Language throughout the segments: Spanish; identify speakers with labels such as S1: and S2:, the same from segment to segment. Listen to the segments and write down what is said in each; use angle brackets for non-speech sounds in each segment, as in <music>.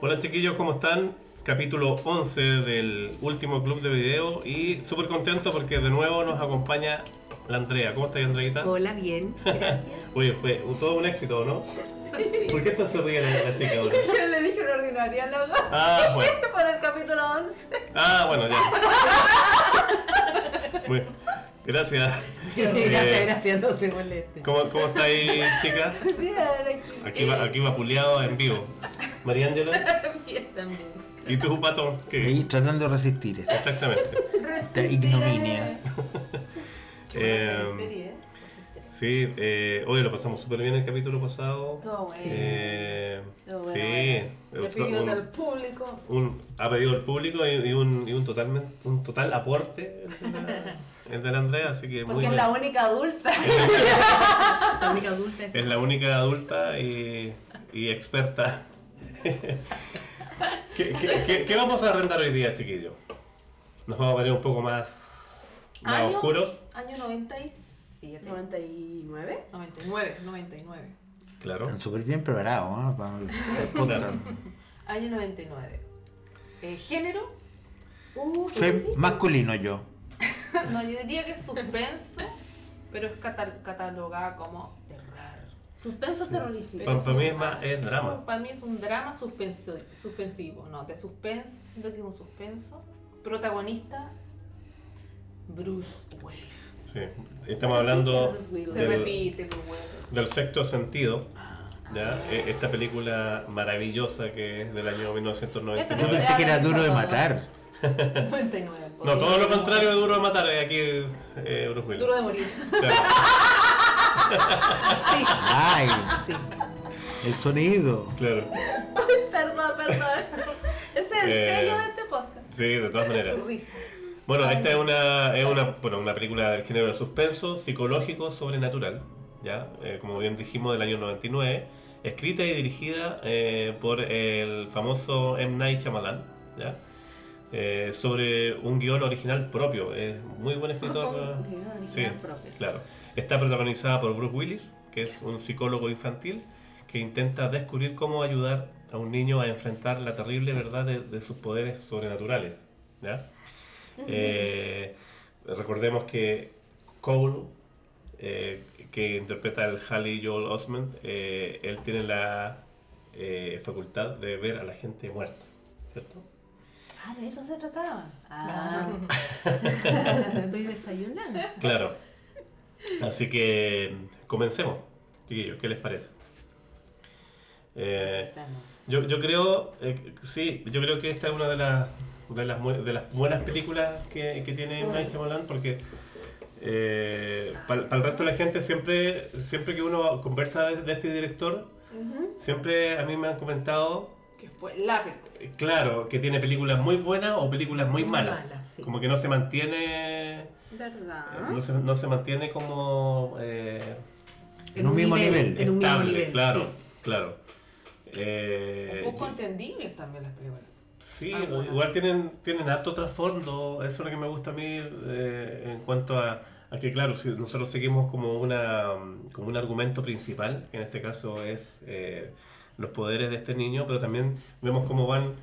S1: Hola chiquillos, ¿cómo están? Capítulo 11 del último club de video y súper contento porque de nuevo nos acompaña la Andrea. ¿Cómo estás, Andreita?
S2: Hola, bien, gracias.
S1: Oye, fue todo un éxito, ¿no? ¿Por qué estás sonriendo la chica ahora?
S3: <laughs> Yo le dije una ordinaria, loco.
S1: Ah, bueno.
S3: <laughs> Para el capítulo
S1: <laughs>
S3: 11.
S1: Ah, bueno, ya. Muy- gracias. Eh,
S2: Gracias, gracias, no se moleste.
S1: ¿Cómo, cómo estáis, chicas?
S3: este. Bien, aquí.
S1: Aquí va, aquí va puleado en vivo. Mariángela,
S4: Bien, también.
S1: ¿y tú, Pato? ¿Qué?
S5: Ahí tratando de resistir esta,
S1: Exactamente.
S5: esta ignominia.
S1: Eh, Sí, eh, oye, lo pasamos súper bien el capítulo pasado.
S3: Todo bueno.
S1: Eh,
S4: Todo bueno,
S1: sí,
S4: La
S1: fue
S4: opinión
S1: un-
S4: del público.
S1: un- ha pedido el público y, y un, y un, totalmente, un total aporte el de la- el de la Andrea, así que muy
S3: Porque es
S1: bien.
S3: la única adulta.
S1: <laughs>
S2: La única adulta es
S1: Es la única adulta y, y experta. <laughs> ¿Qué, qué, qué- qué vamos a arrendar hoy día, chiquillo? Nos vamos a poner un poco más, más
S4: Año-
S1: oscuros.
S4: Año 97.
S3: 99.
S4: 99, 99.
S1: Claro.
S5: Están súper bien preparados, ¿no? Para el- para el podcast.
S4: Año 99. Eh, género. <laughs>
S3: Uh,
S5: Soy masculino yo.
S4: No, yo diría que es suspenso, pero es catal- catalogada como terror.
S3: suspenso terrorífico.
S1: Para, mí es más es drama.
S4: Para mí es un drama suspenso, suspensivo. No, de suspenso. Siento que es un suspenso. Protagonista. Bruce Willis.
S1: Sí. Estamos hablando
S4: Se
S1: del,
S4: repite, Bruce Willis.
S1: del sexto sentido. ¿ya? E- Esta película maravillosa que es del año
S5: Yo
S1: 1999.
S5: pensé que era duro de matar.
S4: 99.
S1: No, todo lo
S4: podría-
S1: contrario de Duro de Matar. eh, Aquí eh, Bruce Willis.
S4: Duro
S1: <laughs>
S4: de morir.
S1: Claro.
S2: así.
S3: Ah,
S5: ¡Ay!
S2: Sí.
S5: El sonido.
S1: claro.
S3: Perdón, perdón.
S1: <laughs>
S3: Ese es el
S1: Eh.
S3: sello de este podcast.
S1: Sí, de todas maneras.
S4: Tu risa.
S1: Bueno, esta es una, es una, bueno, una película del género de suspenso, psicológico, sobrenatural, ¿ya? Eh, como bien dijimos, del año 99, escrita y dirigida eh, por el famoso M. Night Shyamalan, ¿ya? Eh, sobre un guión original propio, es muy buen
S4: <laughs>
S1: escritor.
S2: Un guión
S1: ¿no?
S2: original propio.
S1: Claro. Está protagonizada por Bruce Willis, que es un psicólogo infantil que intenta descubrir cómo ayudar a un niño a enfrentar la terrible verdad de, de sus poderes sobrenaturales, ¿ya? Eh, recordemos que Cole, eh, que interpreta el Halley Joel Osment, eh, él tiene la eh, facultad de ver a la gente muerta, ¿cierto?
S3: Ah, de eso se trataba. Ah. <laughs>
S2: Estoy desayunando.
S1: Claro. Así que comencemos, chiquillos, ¿qué les parece? Eh, yo, yo creo, eh, sí, yo creo que esta es una de las, de las, mu- de las buenas películas que, que tiene Night Shyamalan porque para el resto de la gente siempre, siempre que uno conversa de, de este director, siempre a mí me han comentado
S4: Que fue la película.
S1: eh, Claro, que tiene películas muy buenas o películas muy
S2: Muy
S1: malas.
S2: malas, sí.
S1: Como que no se mantiene
S3: ¿Verdad?
S1: no se, no se mantiene como eh,
S5: En un mismo nivel.
S2: En un mismo
S1: estable,
S2: nivel.
S1: claro,
S2: sí.
S1: claro. Eh,
S4: Un poco entendibles también las películas.
S1: sí,
S4: algunas.
S1: igual tienen, tienen harto trasfondo, eso es lo que me gusta a mí eh, en cuanto a, a que, claro, si nosotros seguimos como, una, como un argumento principal, que en este caso es eh, los poderes de este niño, pero también vemos cómo van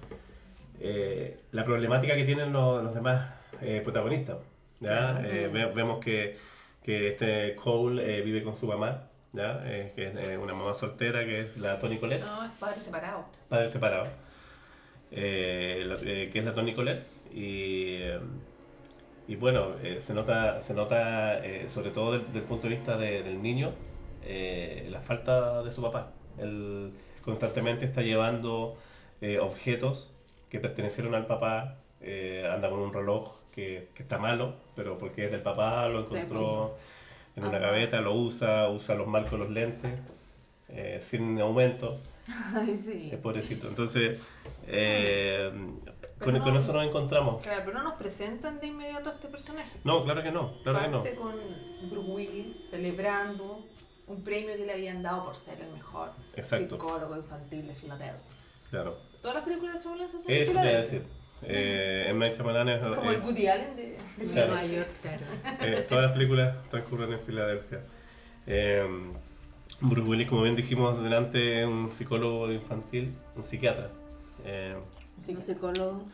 S1: eh, la problemática que tienen los, los demás eh, protagonistas. ¿ya? Eh, ve- vemos que, que este Cole eh, vive con su mamá, ¿ya? Eh, que es eh, una mamá soltera, que es la Toni Colette
S4: No, es padre separado.
S1: padre separado, eh, la- eh, que es la Toni Colette. Y, eh, y bueno, eh, se nota, se nota eh, sobre todo desde el punto de vista de- del niño, eh, la falta de su papá. Él constantemente está llevando eh, objetos que pertenecieron al papá, eh, anda con un reloj que, que está malo, pero porque es del papá, lo
S3: Sí,
S1: encontró en una gaveta, lo usa, usa los marcos, los lentes, eh, sin aumento.
S3: Ay, sí.
S1: Es pobrecito. Entonces, eh, con,
S4: Pero
S1: con
S4: no-
S1: eso nos encontramos.
S4: Claro, pero no nos presentan de inmediato a este personaje.
S1: No, claro que no, claro que no.
S4: Parte con Bruce Willis celebrando un premio que le habían dado por ser el mejor
S1: Exacto.
S4: psicólogo infantil de Filadelfia.
S1: Claro.
S4: Todas las películas de Chabolán se hacen en
S1: Eso te iba a
S4: Filadelfia.
S1: decir. Eh, M. Night Shyamalan es,
S4: Como el
S1: es-
S4: Woody Allen de, de
S2: En
S1: Claro.
S2: Nueva York, claro.
S1: eh, todas las películas transcurren en Filadelfia. Eh, Bruce Willis, como bien dijimos delante, es un psicólogo infantil, un psiquiatra. Eh,
S4: Sí,
S3: Un psicólogo,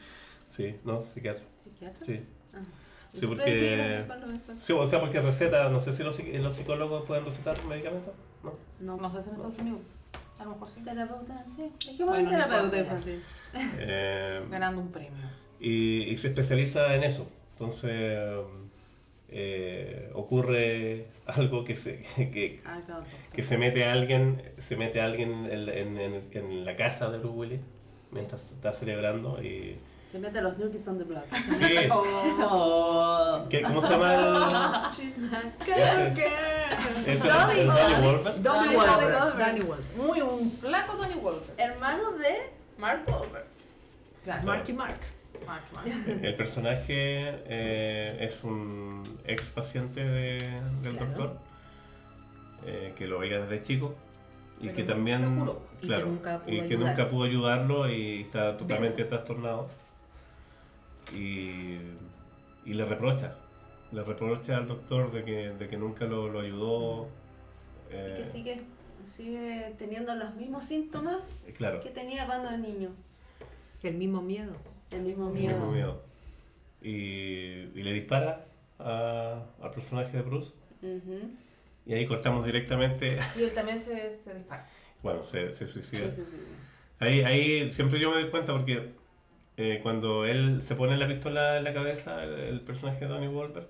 S1: sí, no, psiquiatra.
S3: psiquiatra.
S1: Sí.
S3: Ah.
S1: Sí,
S3: Yo
S1: porque-
S3: siempre dije que era psicólogo, entonces-
S1: Sí, o sea, porque receta, no sé si los, psiqui- los psicólogos pueden recetar medicamentos.
S4: <laughs>
S1: No.
S3: No,
S4: No sé si en Estados Unidos. A lo mejor sí.
S3: terapeuta, sí. Es que
S4: Bueno,
S3: bueno,
S4: no
S3: terapeuta
S4: importa, ya.
S3: infantil.
S1: Eh,
S4: Ganando un premio.
S1: y, y se especializa en eso. Entonces eh, ocurre <laughs> algo que se, que,
S3: Ah, claro.
S1: que se mete alguien, se mete alguien en, en- en- en la casa de Bruce Willis mientras está celebrando
S3: <laughs>
S1: y
S3: Se mete a los Nukis on the Block.
S1: sí,
S3: <laughs> Oh.
S1: ¿qué- ¿cómo se llama
S2: She's not
S1: Ese-
S2: girl.
S1: el, ese, el, el Donnie Wahlberg?
S2: Donnie
S3: Donnie
S2: Wahlberg.
S3: Wahlberg.
S2: Donnie Wahlberg.
S4: Muy un flaco Tony Walker.
S3: Hermano de Mark Wahlberg.
S4: Claro.
S2: Marky Mark.
S4: Mark, Mark.
S1: <laughs> El personaje eh, es un ex paciente de- del
S2: Claro.
S1: doctor eh, que lo veía desde chico y
S4: Pero
S1: que
S4: no-
S1: también
S4: no curó.
S2: Y que
S1: claro,
S2: nunca pudo
S1: y que
S2: ayudar.
S1: nunca pudo ayudarlo y está totalmente
S4: Denso.
S1: trastornado y, y le reprocha le reprocha al doctor de que, de que nunca lo, lo ayudó eh,
S3: Que sigue, sigue teniendo los mismos síntomas
S1: claro
S3: que tenía cuando era niño.
S2: El mismo miedo.
S3: El mismo
S1: el mismo
S3: miedo.
S1: miedo. Y, y le dispara a- al personaje de Bruce
S3: Ujú.
S1: Y ahí cortamos directamente. <laughs>
S4: Y él también se, se dispara.
S1: Bueno, se, se suicida.
S3: Sí, sí, sí.
S1: Ahí, ahí siempre yo me doy cuenta porque eh, cuando él se pone la pistola en la cabeza, el, el personaje de Donnie Wahlberg,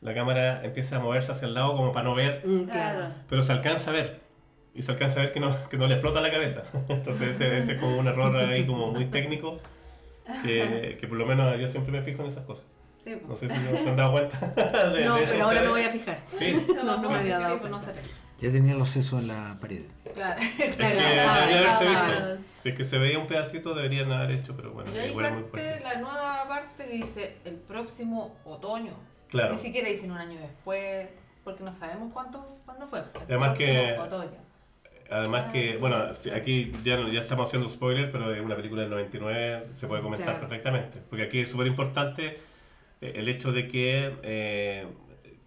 S1: la cámara empieza a moverse hacia el lado como para no ver,
S2: Mm,
S3: Claro.
S1: pero se alcanza a ver. Y se alcanza a ver que no, que no le explota la cabeza. <laughs> Entonces ese, ese es como un error ahí como muy técnico. Que, que por lo menos yo siempre me fijo en esas cosas.
S3: Sí,
S1: No
S3: pues.
S1: sé si se han dado cuenta. <laughs> de-
S2: No,
S1: de eso
S2: pero ahora me
S1: ustedes.
S2: voy a fijar.
S1: Sí.
S2: No, no me había dado
S4: Creo que no se
S5: Ya tenía los sesos en la pared.
S4: ve. Claro.
S1: Es que
S2: Claro,
S1: debería haberse
S2: claro.
S1: visto. Si es que se veía un pedacito, deberían haber hecho, pero bueno,
S4: Y ahí
S1: igual es Eh, muy
S4: parte
S1: fuerte.
S4: la nueva parte que dice el próximo otoño.
S1: Claro.
S4: Ni siquiera dicen un año después, porque no sabemos cuánto, cuándo fue. El
S1: Además que-
S4: próximo Otoño.
S1: Además que, bueno, si- aquí ya, no- ya estamos haciendo spoiler, pero es una película del 99, se puede comentar
S2: Claro.
S1: perfectamente. Porque aquí es súper importante eh, el hecho de que eh,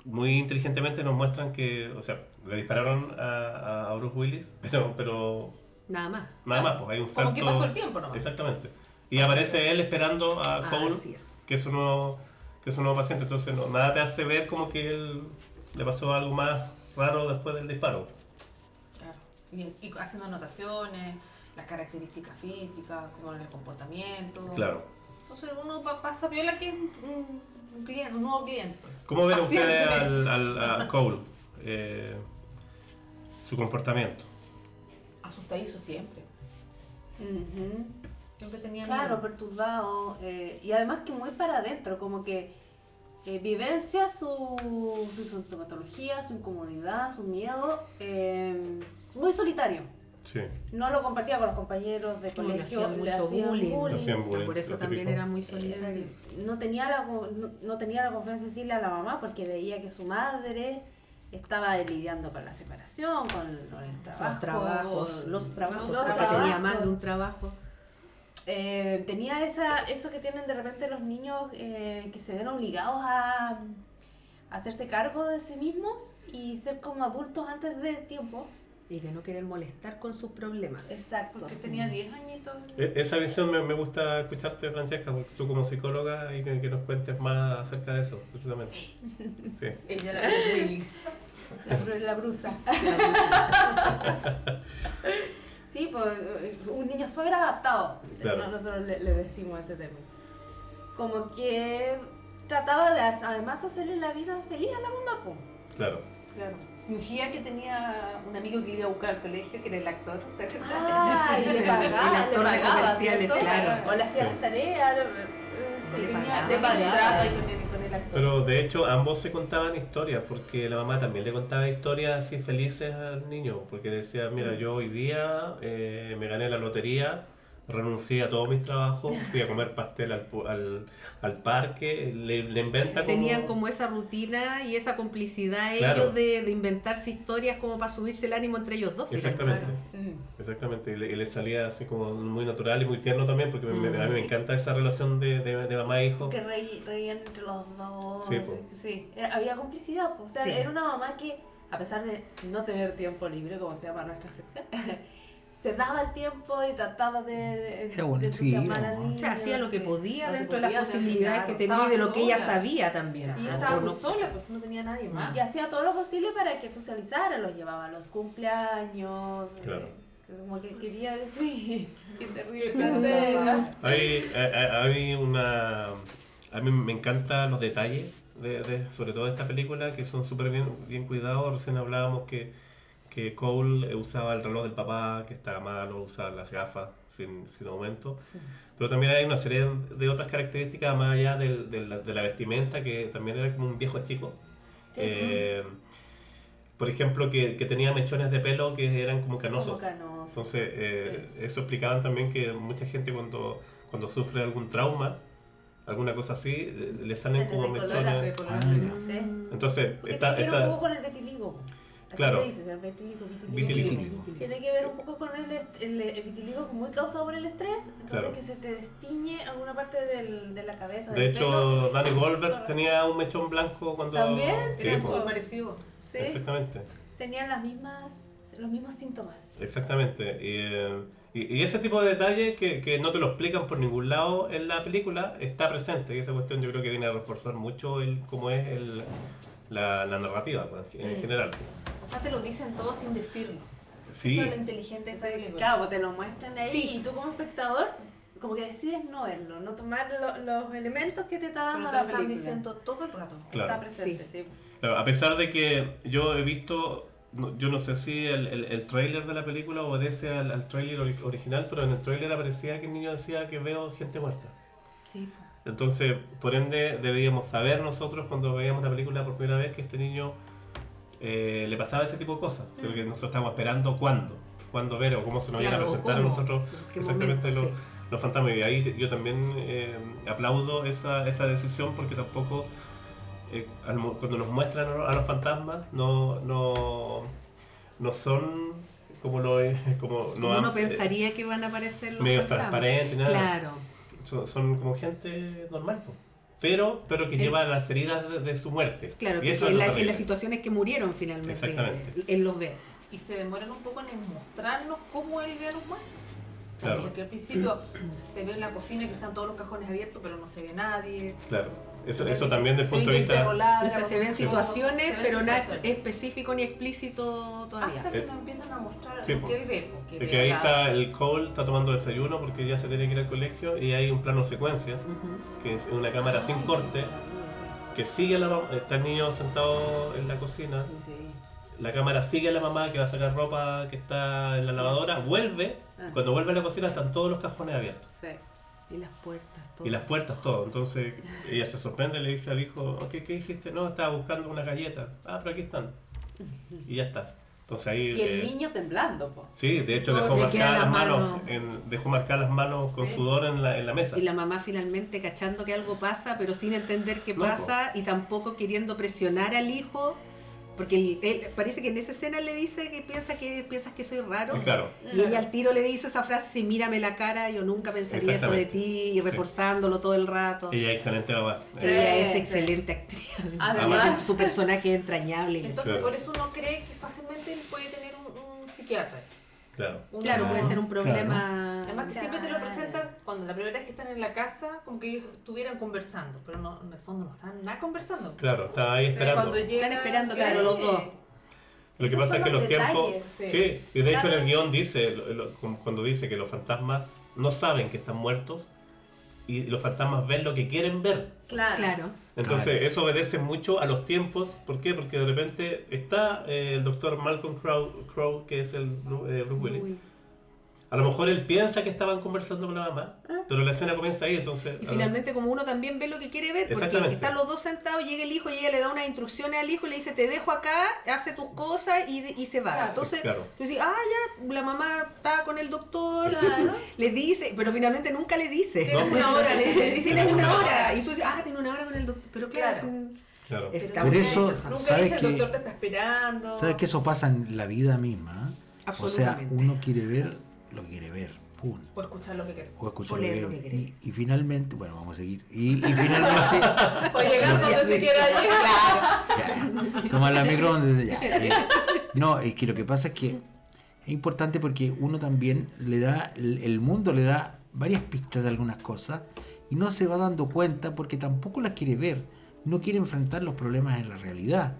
S1: muy inteligentemente nos muestran que, o sea, le dispararon a, a Bruce Willis, <laughs> pero, pero
S2: Nada más.
S1: nada más, pues hay un
S4: Como
S1: salto.
S4: que pasó el tiempo Ah, nomás.
S1: Exactamente. Y aparece él esperando a Cole
S2: Así es.
S1: que es un nuevo, que es un nuevo paciente. Entonces, no, nada te hace ver como que él le pasó algo más raro después del disparo.
S4: Claro. Y, y haciendo anotaciones, las características físicas, como el comportamiento.
S1: Claro.
S4: Entonces uno pa- pasa viola que es un, un cliente, un nuevo cliente.
S1: ¿Cómo ven
S4: Paciente.
S1: ustedes al, al- a Cole? Eh, su comportamiento.
S4: Asustadizo siempre.
S3: Ujú.
S4: Siempre tenía
S3: Claro,
S4: miedo.
S3: perturbado. eh, y además que muy para adentro, como que eh, vivencia su, su sintomatología, su incomodidad, su miedo. eh, es muy solitario.
S1: Sí.
S3: No lo compartía con los compañeros de
S2: No, le
S3: colegio,
S2: hacían mucho
S3: hacían
S2: bullying.
S1: Le hacían bullying,
S2: Por eso
S1: lo
S2: también
S1: típico.
S2: era muy
S3: Eh,
S2: solitario.
S3: no tenía la co- no, no tenía la confianza de decirle a la mamá porque veía que su madre estaba lidiando con la separación, con el, con el trabajo,
S2: Los trabajos, los trabajos,
S3: los
S2: porque tenía
S3: trabajos.
S2: más de un trabajo.
S3: Eh, tenía esa, eso que tienen de repente los niños eh, que se ven obligados a, a hacerse cargo de sí mismos y ser como adultos antes de tiempo.
S2: Y de no querer molestar con sus problemas.
S3: Exacto.
S4: Porque tenía 10 añitos.
S1: E- Esa visión me, me gusta escucharte, Francesca, porque tú como psicóloga y que, que nos cuentes más acerca de eso, precisamente. Sí.
S4: Ella era Willis.
S3: La, bru- la brusa. <laughs> sí, pues eh, un niño sobreadaptado.
S1: Claro.
S3: Nosotros le, le decimos ese término. Como que trataba de as- además hacerle la vida feliz a la mamá. po.
S1: Claro.
S4: Claro. Fingía que tenía un amigo que le iba a buscar al colegio, que era el actor. ¿te acuerdas?
S3: Ah,
S4: <laughs>
S3: y le
S2: <laughs>
S3: pagaba,
S2: El actor
S3: le
S2: de
S3: pagaba,
S2: comerciales,
S3: ¿cierto?
S2: claro.
S3: O le hacía
S1: Sí.
S3: las tareas, le- eh, se
S2: Le
S3: tenía-
S2: pagaba.
S3: le
S4: Le pagaba
S3: pagaba.
S4: ahí con el, con el actor.
S1: Pero de hecho ambos se contaban historias, porque la mamá también le contaba historias así felices al niño, porque decía, mira, yo hoy día eh, me gané la lotería, renuncié a todos mis trabajos, fui a comer pastel al, pu- al, al parque, le, le inventa como...
S2: Tenían como esa rutina y esa complicidad
S1: Claro.
S2: ellos de, de inventarse historias como para subirse el ánimo entre ellos dos.
S1: Exactamente,
S4: Mm.
S1: exactamente, y le, y le salía así como muy natural y muy tierno también, porque me- me- a mí me
S2: Sí.
S1: encanta esa relación de, de, de mamá e hijo.
S3: Que reí- reían entre los dos.
S1: Sí,
S3: Sí,
S1: po.
S3: Eh, había complicidad. po. O sea,
S2: Sí.
S3: era una mamá que, a pesar de no tener tiempo libre, como se llama nuestra sección, <laughs> se daba el tiempo y trataba de, de,
S5: Era bonito, sí,
S3: entusiasmar
S5: era
S3: al
S5: bonito.
S2: O sea, hacía
S3: niño,
S2: lo que
S3: sí.
S2: podía
S4: Lo que
S2: dentro de las
S4: podía,
S2: posibilidades
S4: claro.
S2: que tenía y
S4: Estaba
S2: de lo que ella
S4: sola.
S2: sabía también.
S4: Y yo
S2: ¿no?
S4: estaba
S2: O no-
S4: muy sola, pues no tenía nadie
S1: Mm.
S4: más.
S3: Y hacía todo lo posible para que socializara, los llevaba a los cumpleaños. eh,
S1: Claro.
S3: que como que quería, <laughs> sí.
S4: Qué terrible.
S3: Claro.
S4: pensar.
S1: Hay, hay- hay- hay una... A mí me encantan los detalles, de, de- sobre todo de esta película, que son súper bien, bien cuidados. Recién hablábamos que, que Cole eh, usaba el reloj del papá, que estaba malo, usaba las gafas sin, sin aumento. Pero también hay una serie de otras características más allá del- del- de, la, vestimenta, que también era como un viejo chico.
S3: Sí.
S1: Eh, por ejemplo, que, que tenía mechones de pelo que eran como canosos.
S3: Como canosos.
S1: Entonces, eh, eso explicaban también que mucha gente cuando, cuando sufre algún trauma, alguna cosa así, eh, le salen
S3: Se les
S1: como
S3: decolora,
S1: mechones.
S3: Sí.
S1: Entonces,
S3: Porque
S1: está,
S3: tiene que ver un
S1: está,
S3: poco con el vitiligo. Así
S1: Claro.
S3: se dice, el vitiligo, vitiligo.
S1: Vitiligo.
S3: Tiene que ver un poco con el, est- el, el vitiligo muy causado por el estrés, entonces
S1: Claro.
S3: que se te destiñe alguna parte del, de la cabeza.
S1: de
S3: del
S1: hecho,
S3: pelo.
S1: Danny Goldberg
S3: Correcto.
S1: tenía un mechón blanco cuando...
S3: También,
S1: Sí,
S4: Era
S1: pues,
S4: súper parecido.
S3: Sí,
S1: Exactamente.
S3: tenían las mismas, los mismos síntomas.
S1: Exactamente. Y, eh, y- y ese tipo de detalles que, que no te lo explican por ningún lado en la película está presente. Y esa cuestión yo creo que viene a reforzar mucho el cómo es el, la, la narrativa pues, en
S4: Mm.
S1: general.
S4: O sea, te lo dicen todos sin decirlo.
S1: Sí,
S3: Eso es lo inteligente.
S4: Eso es lo
S3: ¿sabes?
S4: bueno.
S3: Claro, pues te lo muestran ahí
S2: Sí.
S3: y tú como espectador, como que decides no verlo, no tomar lo- los elementos que te está
S4: Pero
S3: dando
S4: te lo
S3: la
S4: están
S3: película.
S4: diciendo todo el rato.
S1: Claro.
S3: Está presente, sí.
S1: claro, a pesar de que yo he visto, no- yo no sé si el, el, el tráiler de la película obedece al, al tráiler ori- original, pero en el tráiler aparecía que el niño decía que veo gente muerta.
S4: Sí. pues,
S1: Entonces, por ende, debíamos saber nosotros cuando veíamos la película por primera vez que este niño eh, le pasaba ese tipo de cosas. O sea, que nosotros estábamos esperando cuándo, cuándo ver o cómo se nos iban a
S4: Claro,
S1: presentar a
S4: ¿cómo?
S1: nosotros
S4: ¿Qué
S1: exactamente
S4: momento?
S1: los,
S4: Sí.
S1: los fantasmas. Y ahí te- yo también eh, aplaudo esa, esa decisión porque tampoco, eh, al mo- cuando nos muestran a los, a los fantasmas, no, no, no son como lo es, como no
S2: Como
S1: han-
S2: uno
S1: eh,
S2: pensaría que van a aparecer los
S1: medios
S2: fantasmas.
S1: transparentes, nada
S2: Claro.
S1: son, son como gente normal, po. pero pero que
S2: El-
S1: lleva las heridas de, de su muerte.
S2: Claro,
S1: Y
S2: que
S1: eso es lo
S2: en, la- en
S1: terrible.
S2: las situaciones que murieron finalmente, eh,
S1: Exactamente.
S2: él los ve.
S4: Y se demoran un poco en mostrarnos cómo él ve a los muertos.
S1: Claro.
S4: Porque al principio se ve en la cocina que están todos los cajones abiertos, pero no se ve nadie.
S1: Claro, eso,
S4: Se
S1: eso
S4: ve-
S1: también desde el
S4: se ve
S1: punto de
S4: gente
S1: vista...
S4: arrolada,
S2: O sea, se ven
S4: como-
S2: situaciones,
S4: Ah, se ven
S2: pero nada
S4: situaciones.
S2: específico ni explícito todavía.
S4: Hasta que
S1: Eh,
S4: nos empiezan a mostrar
S1: sí,
S4: lo
S1: pues.
S4: que él ve. porque
S1: De
S4: ve
S1: que ahí
S4: la-
S1: está el Cole, está tomando desayuno porque ya se tiene que ir al colegio y hay un plano secuencia,
S2: Ujú.
S1: que es una cámara sin corte, que sigue a la mamá, está el niño sentado en la cocina, la cámara sigue a la mamá que va a sacar ropa que está en la lavadora, vuelve,
S2: Ah.
S1: y cuando vuelve a la cocina están todos los cajones abiertos.
S2: Y las puertas, todo.
S1: Y las puertas, todo. Entonces ella se sorprende y le dice al hijo, ¿qué, qué hiciste? No, estaba buscando unas galletas. Ah, pero aquí están. Y ya está. Entonces ahí...
S3: Y el
S1: eh,
S3: niño temblando,
S4: pues.
S3: po.
S1: Sí, de hecho
S2: Todo
S1: dejó
S2: le queda
S1: marcadas las
S2: la mano.
S1: manos, en- dejó marcadas las manos con
S4: Sí.
S1: sudor en la, en la mesa.
S2: Y la mamá finalmente cachando que algo pasa, pero sin entender qué
S1: No, po.
S2: pasa y tampoco queriendo presionar al hijo, porque él, él- parece que en esa escena le dice que piensa que piensas que soy raro.
S1: Y claro,
S2: Y ella al tiro le dice esa frase, si mírame la cara, yo nunca pensaría eso de
S1: Exactamente.
S2: ti, y reforzándolo todo el rato.
S1: ella es excelente mamá.
S2: Ella,
S1: Eh,
S2: es
S3: Sí,
S2: excelente actriz.
S3: Además.
S2: <laughs> Su personaje es entrañable. y le-
S4: Entonces,
S1: Claro.
S4: por eso uno cree que fácilmente él puede tener un, un psiquiatra.
S1: Claro,
S4: Un-
S2: Claro, puede ser un
S5: Claro.
S2: problema.
S4: Además que siempre te lo
S3: Claro.
S4: presentan cuando la primera vez que están en la casa, como que ellos estuvieran conversando, pero no, en el fondo no estaban nada conversando.
S1: claro, estaba ahí
S4: Pero
S1: esperando.
S4: cuando llegan,
S2: esperando,
S4: sí,
S2: claro, los dos.
S1: Lo que
S3: Esos
S1: pasa
S3: son
S1: es que
S3: los
S1: los tiempos...
S3: detalles,
S1: Sí.
S4: sí.
S1: y de hecho en el
S3: Claro.
S1: guión dice, lo- lo- como cuando dice que los fantasmas no saben que están muertos y los fantasmas ven lo que quieren ver.
S3: Claro.
S2: Claro.
S1: Entonces,
S5: Claro.
S1: eso obedece mucho a los tiempos. ¿Por qué? Porque de repente está eh, el doctor Malcolm Crow, Crow, que es el Bru- eh, Bruce Willis.
S2: Uy.
S1: A lo mejor él piensa que estaban conversando con la mamá, pero la escena comienza ahí, entonces.
S2: Y
S1: a lo-
S2: finalmente como uno también ve lo que quiere ver, porque
S1: Ah. Exactamente.
S2: están los dos sentados, llega el hijo y ella le da unas instrucciones al hijo y le dice, te dejo acá, hace tus cosas y, de- y se va.
S4: Claro.
S2: Entonces,
S1: Claro.
S2: tú dices, ah, ya, la mamá está con el doctor,
S3: Claro.
S2: <laughs> le dice, pero finalmente nunca le dice. <laughs>
S4: Tienen una hora, le dicen,
S2: Y
S4: dicen,
S2: Tiene una hora. Y tú dices, ah, tiene una hora con el doctor. Pero claro,
S4: Claro.
S2: es un-
S1: Claro.
S2: es-
S4: Pero
S2: Está
S5: Por
S4: nunca
S5: eso,
S4: dice- nunca
S5: ¿sabes
S4: dice el doctor te
S5: que,
S4: está esperando.
S5: ¿sabes que eso pasa en la vida misma? ¿eh? O sea,
S2: Absolutamente.
S5: uno quiere ver lo que quiere ver, punto.
S4: O escuchar lo que queremos.
S5: O escuchar
S2: O
S5: lo que
S2: leer lo
S5: quiere
S2: que
S5: ver.
S2: quiere.
S5: y, y finalmente, bueno, vamos a seguir. Y, y finalmente,
S4: O llegar
S2: Ya
S4: cuando
S2: sé.
S4: se quiera llegar.
S5: ya, toma la micro donde- ya, eh. No, es que lo que pasa es que es importante porque uno también le da, el el mundo le da varias pistas de algunas cosas y no se va dando cuenta porque tampoco las quiere ver, no quiere enfrentar los problemas en la realidad.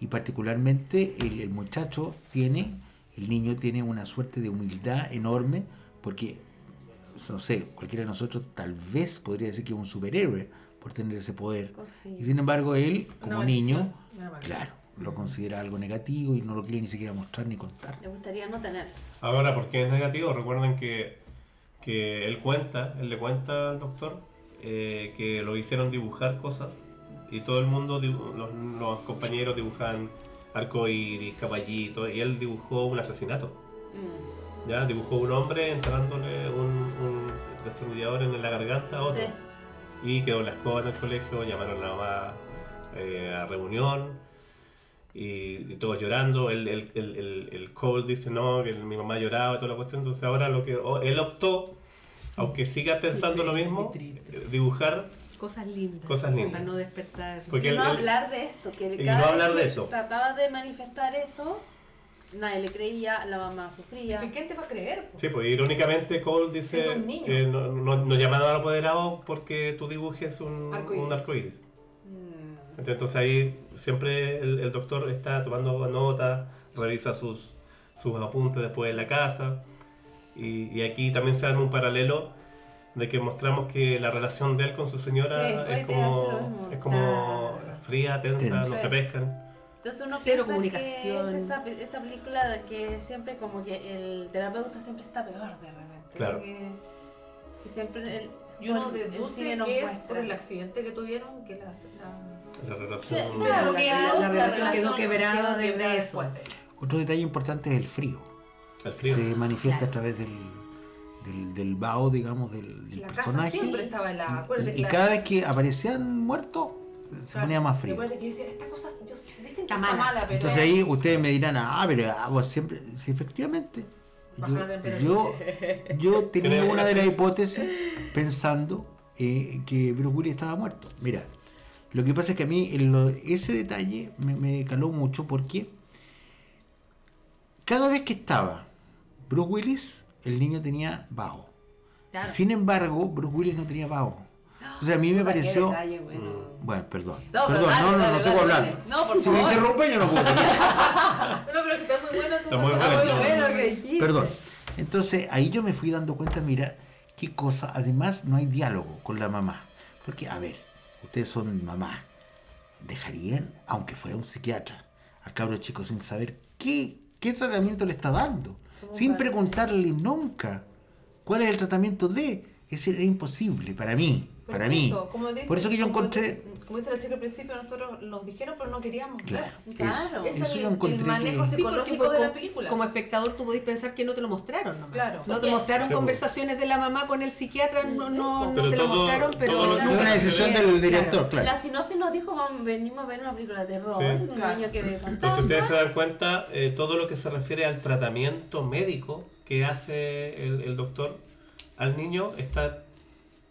S5: Y particularmente el, el muchacho tiene, el niño tiene una suerte de humildad enorme porque, no sé, cualquiera de nosotros tal vez podría decir que es un superhéroe por tener ese poder.
S4: Oh,
S5: Y sin embargo él, como
S4: Una
S5: niño,
S4: maldición, una maldición.
S5: claro, lo considera algo negativo y no lo quiere ni siquiera mostrar ni contar.
S3: Le gustaría no tener.
S1: Ahora, ¿por qué es negativo? Recuerden que, que él cuenta, él le cuenta al doctor eh, que lo hicieron dibujar cosas y todo el mundo, dibu- los, los compañeros dibujan arcoíris, caballitos y él dibujó un asesinato.
S3: Mm.
S1: Ya, dibujó un hombre entrándole un, un destornillador en la garganta a otro.
S3: Sí.
S1: Y quedó la escoba en el colegio, llamaron a la mamá eh, a reunión y, y todos llorando. El, el, el, el- el Cole dice no, que mi mamá lloraba y toda la cuestión. Entonces ahora lo que o- él optó, aunque siga pensando lo mismo, eh, dibujar
S2: Cosas lindas.
S1: Cosas lindas.
S2: Para no despertar.
S1: Porque
S3: Y
S1: él-
S3: no
S1: él-
S3: hablar de esto, que
S1: y
S3: cada
S1: no
S3: vez
S1: hablar
S3: que
S1: de eso.
S3: Trataba de manifestar eso, nadie le creía, la mamá sufría.
S4: ¿Quién te va a creer? po?
S1: Sí, pues irónicamente Cole dice,
S4: Siendo un niño.
S1: eh, no, no, no llamaron al apoderado porque tú dibujes un
S4: Arcoíris.
S1: un arcoíris.
S3: Mm.
S1: Entonces ahí siempre el, el doctor está tomando nota, revisa sus, sus apuntes después en la casa. Y, y aquí también se da un paralelo de que mostramos que la relación de él con su
S3: Sí,
S1: señora
S3: hoy
S1: es,
S3: te hace lo
S1: como,
S3: mismo.
S1: es como
S2: Está-
S1: fría, tensa, no
S5: Tensa.
S1: se pescan.
S3: Entonces uno
S2: Cero
S3: piensa
S2: comunicación.
S3: que es esa, pe- esa película de que siempre como que el terapeuta siempre está peor de repente.
S1: Claro.
S3: Que, que siempre el,
S4: Y uno
S3: el- el
S4: deduce
S3: cine nos
S4: que es
S3: muestra.
S4: por el accidente que tuvieron que la... la-
S1: La relación.
S3: Claro,
S2: Claro,
S3: la-
S2: que
S3: la-
S2: la,
S3: la
S2: relación quedó
S3: relación
S2: quebrada desde eso.
S4: después.
S5: Otro detalle importante es el frío.
S1: El
S5: que
S1: frío.
S5: se
S2: Claro.
S5: manifiesta a través del, del, del vaho, digamos, del, del
S4: La casa
S5: personaje.
S4: siempre estaba
S5: Y-
S4: helada. acuérdate
S5: y,
S4: que
S5: y
S4: la-
S5: cada vez que aparecían muertos, se
S4: Claro,
S5: ponía más frío.
S4: Recuerda que dicen, esta cosa, yo, dicen que
S2: Está
S4: está
S2: mala.
S4: mala, pero...
S5: Entonces ahí ustedes me dirán, ah, pero ah, vos siempre, sí, efectivamente.
S4: Baja la
S5: Yo, yo,
S4: temperatura.
S3: <laughs>
S5: yo tenía
S1: Creo
S5: una de
S1: que-
S5: las hipótesis pensando eh, que Bruce Willis estaba muerto. Mira, lo que pasa es que a mí en lo- ese detalle me, me caló mucho porque cada vez que estaba Bruce Willis, el niño tenía bajo.
S3: Claro.
S5: Sin embargo, Bruce Willis no tenía bajo. Entonces a mí me
S3: Puta, qué
S5: pareció...
S3: detalle, bueno.
S1: Mm.
S5: Bueno, perdón.
S3: No, pero
S5: perdón,
S3: dale,
S5: no, no,
S3: dale,
S5: no sé
S3: dale,
S5: cómo
S3: dale.
S5: hablar.
S4: No, por
S5: Si me
S4: favor.
S5: interrumpen, yo no puedo. seguir.
S4: No, pero que está muy buena tu...
S1: Está muy
S4: Ah,
S1: buena.
S4: bueno, bueno,
S3: que
S4: que-
S3: dijiste.
S5: Perdón. Entonces ahí yo me fui dando cuenta, mira, qué cosa. Además no hay diálogo con la mamá. Porque, a ver, ustedes son mamá. ¿Dejarían, aunque fuera un psiquiatra, al cabro chico sin saber qué, qué tratamiento le está dando? Sin preguntarle nunca cuál es el tratamiento de... Es decir, era imposible para mí.
S4: Pero
S5: para mí.
S4: eso, como dice-
S5: Por eso que yo
S4: como-
S5: encontré...
S4: Como dice la chica al principio, nosotros los dijeron, pero no queríamos
S5: Claro.
S4: ver.
S3: Claro.
S5: Eso,
S4: Ese
S5: eso
S4: es
S5: yo
S4: el-
S5: encontré
S4: el manejo
S5: que-
S2: Sí, porque
S4: Psicológico de la
S2: como-
S4: película.
S2: Como espectador tú podés pensar que no te lo mostraron nomás.
S4: Claro.
S2: No te
S3: Porque-
S2: mostraron
S1: Sí,
S2: conversaciones de la mamá con el psiquiatra, no, no,
S1: Pero
S2: no te lo
S1: todo-
S2: mostraron,
S1: todo
S2: pero...
S1: lo
S5: Es
S1: que-
S2: nunca
S5: una decisión
S2: se ve.
S5: del
S2: Claro.
S5: director, claro.
S3: La sinopsis nos dijo, vamos, venimos a ver una película de terror,
S1: Sí.
S3: un
S4: Claro.
S3: niño que ve
S1: Entonces si
S3: fantasmas.
S1: ustedes se dan cuenta, eh, todo lo que se refiere al tratamiento médico que hace el, el doctor al niño está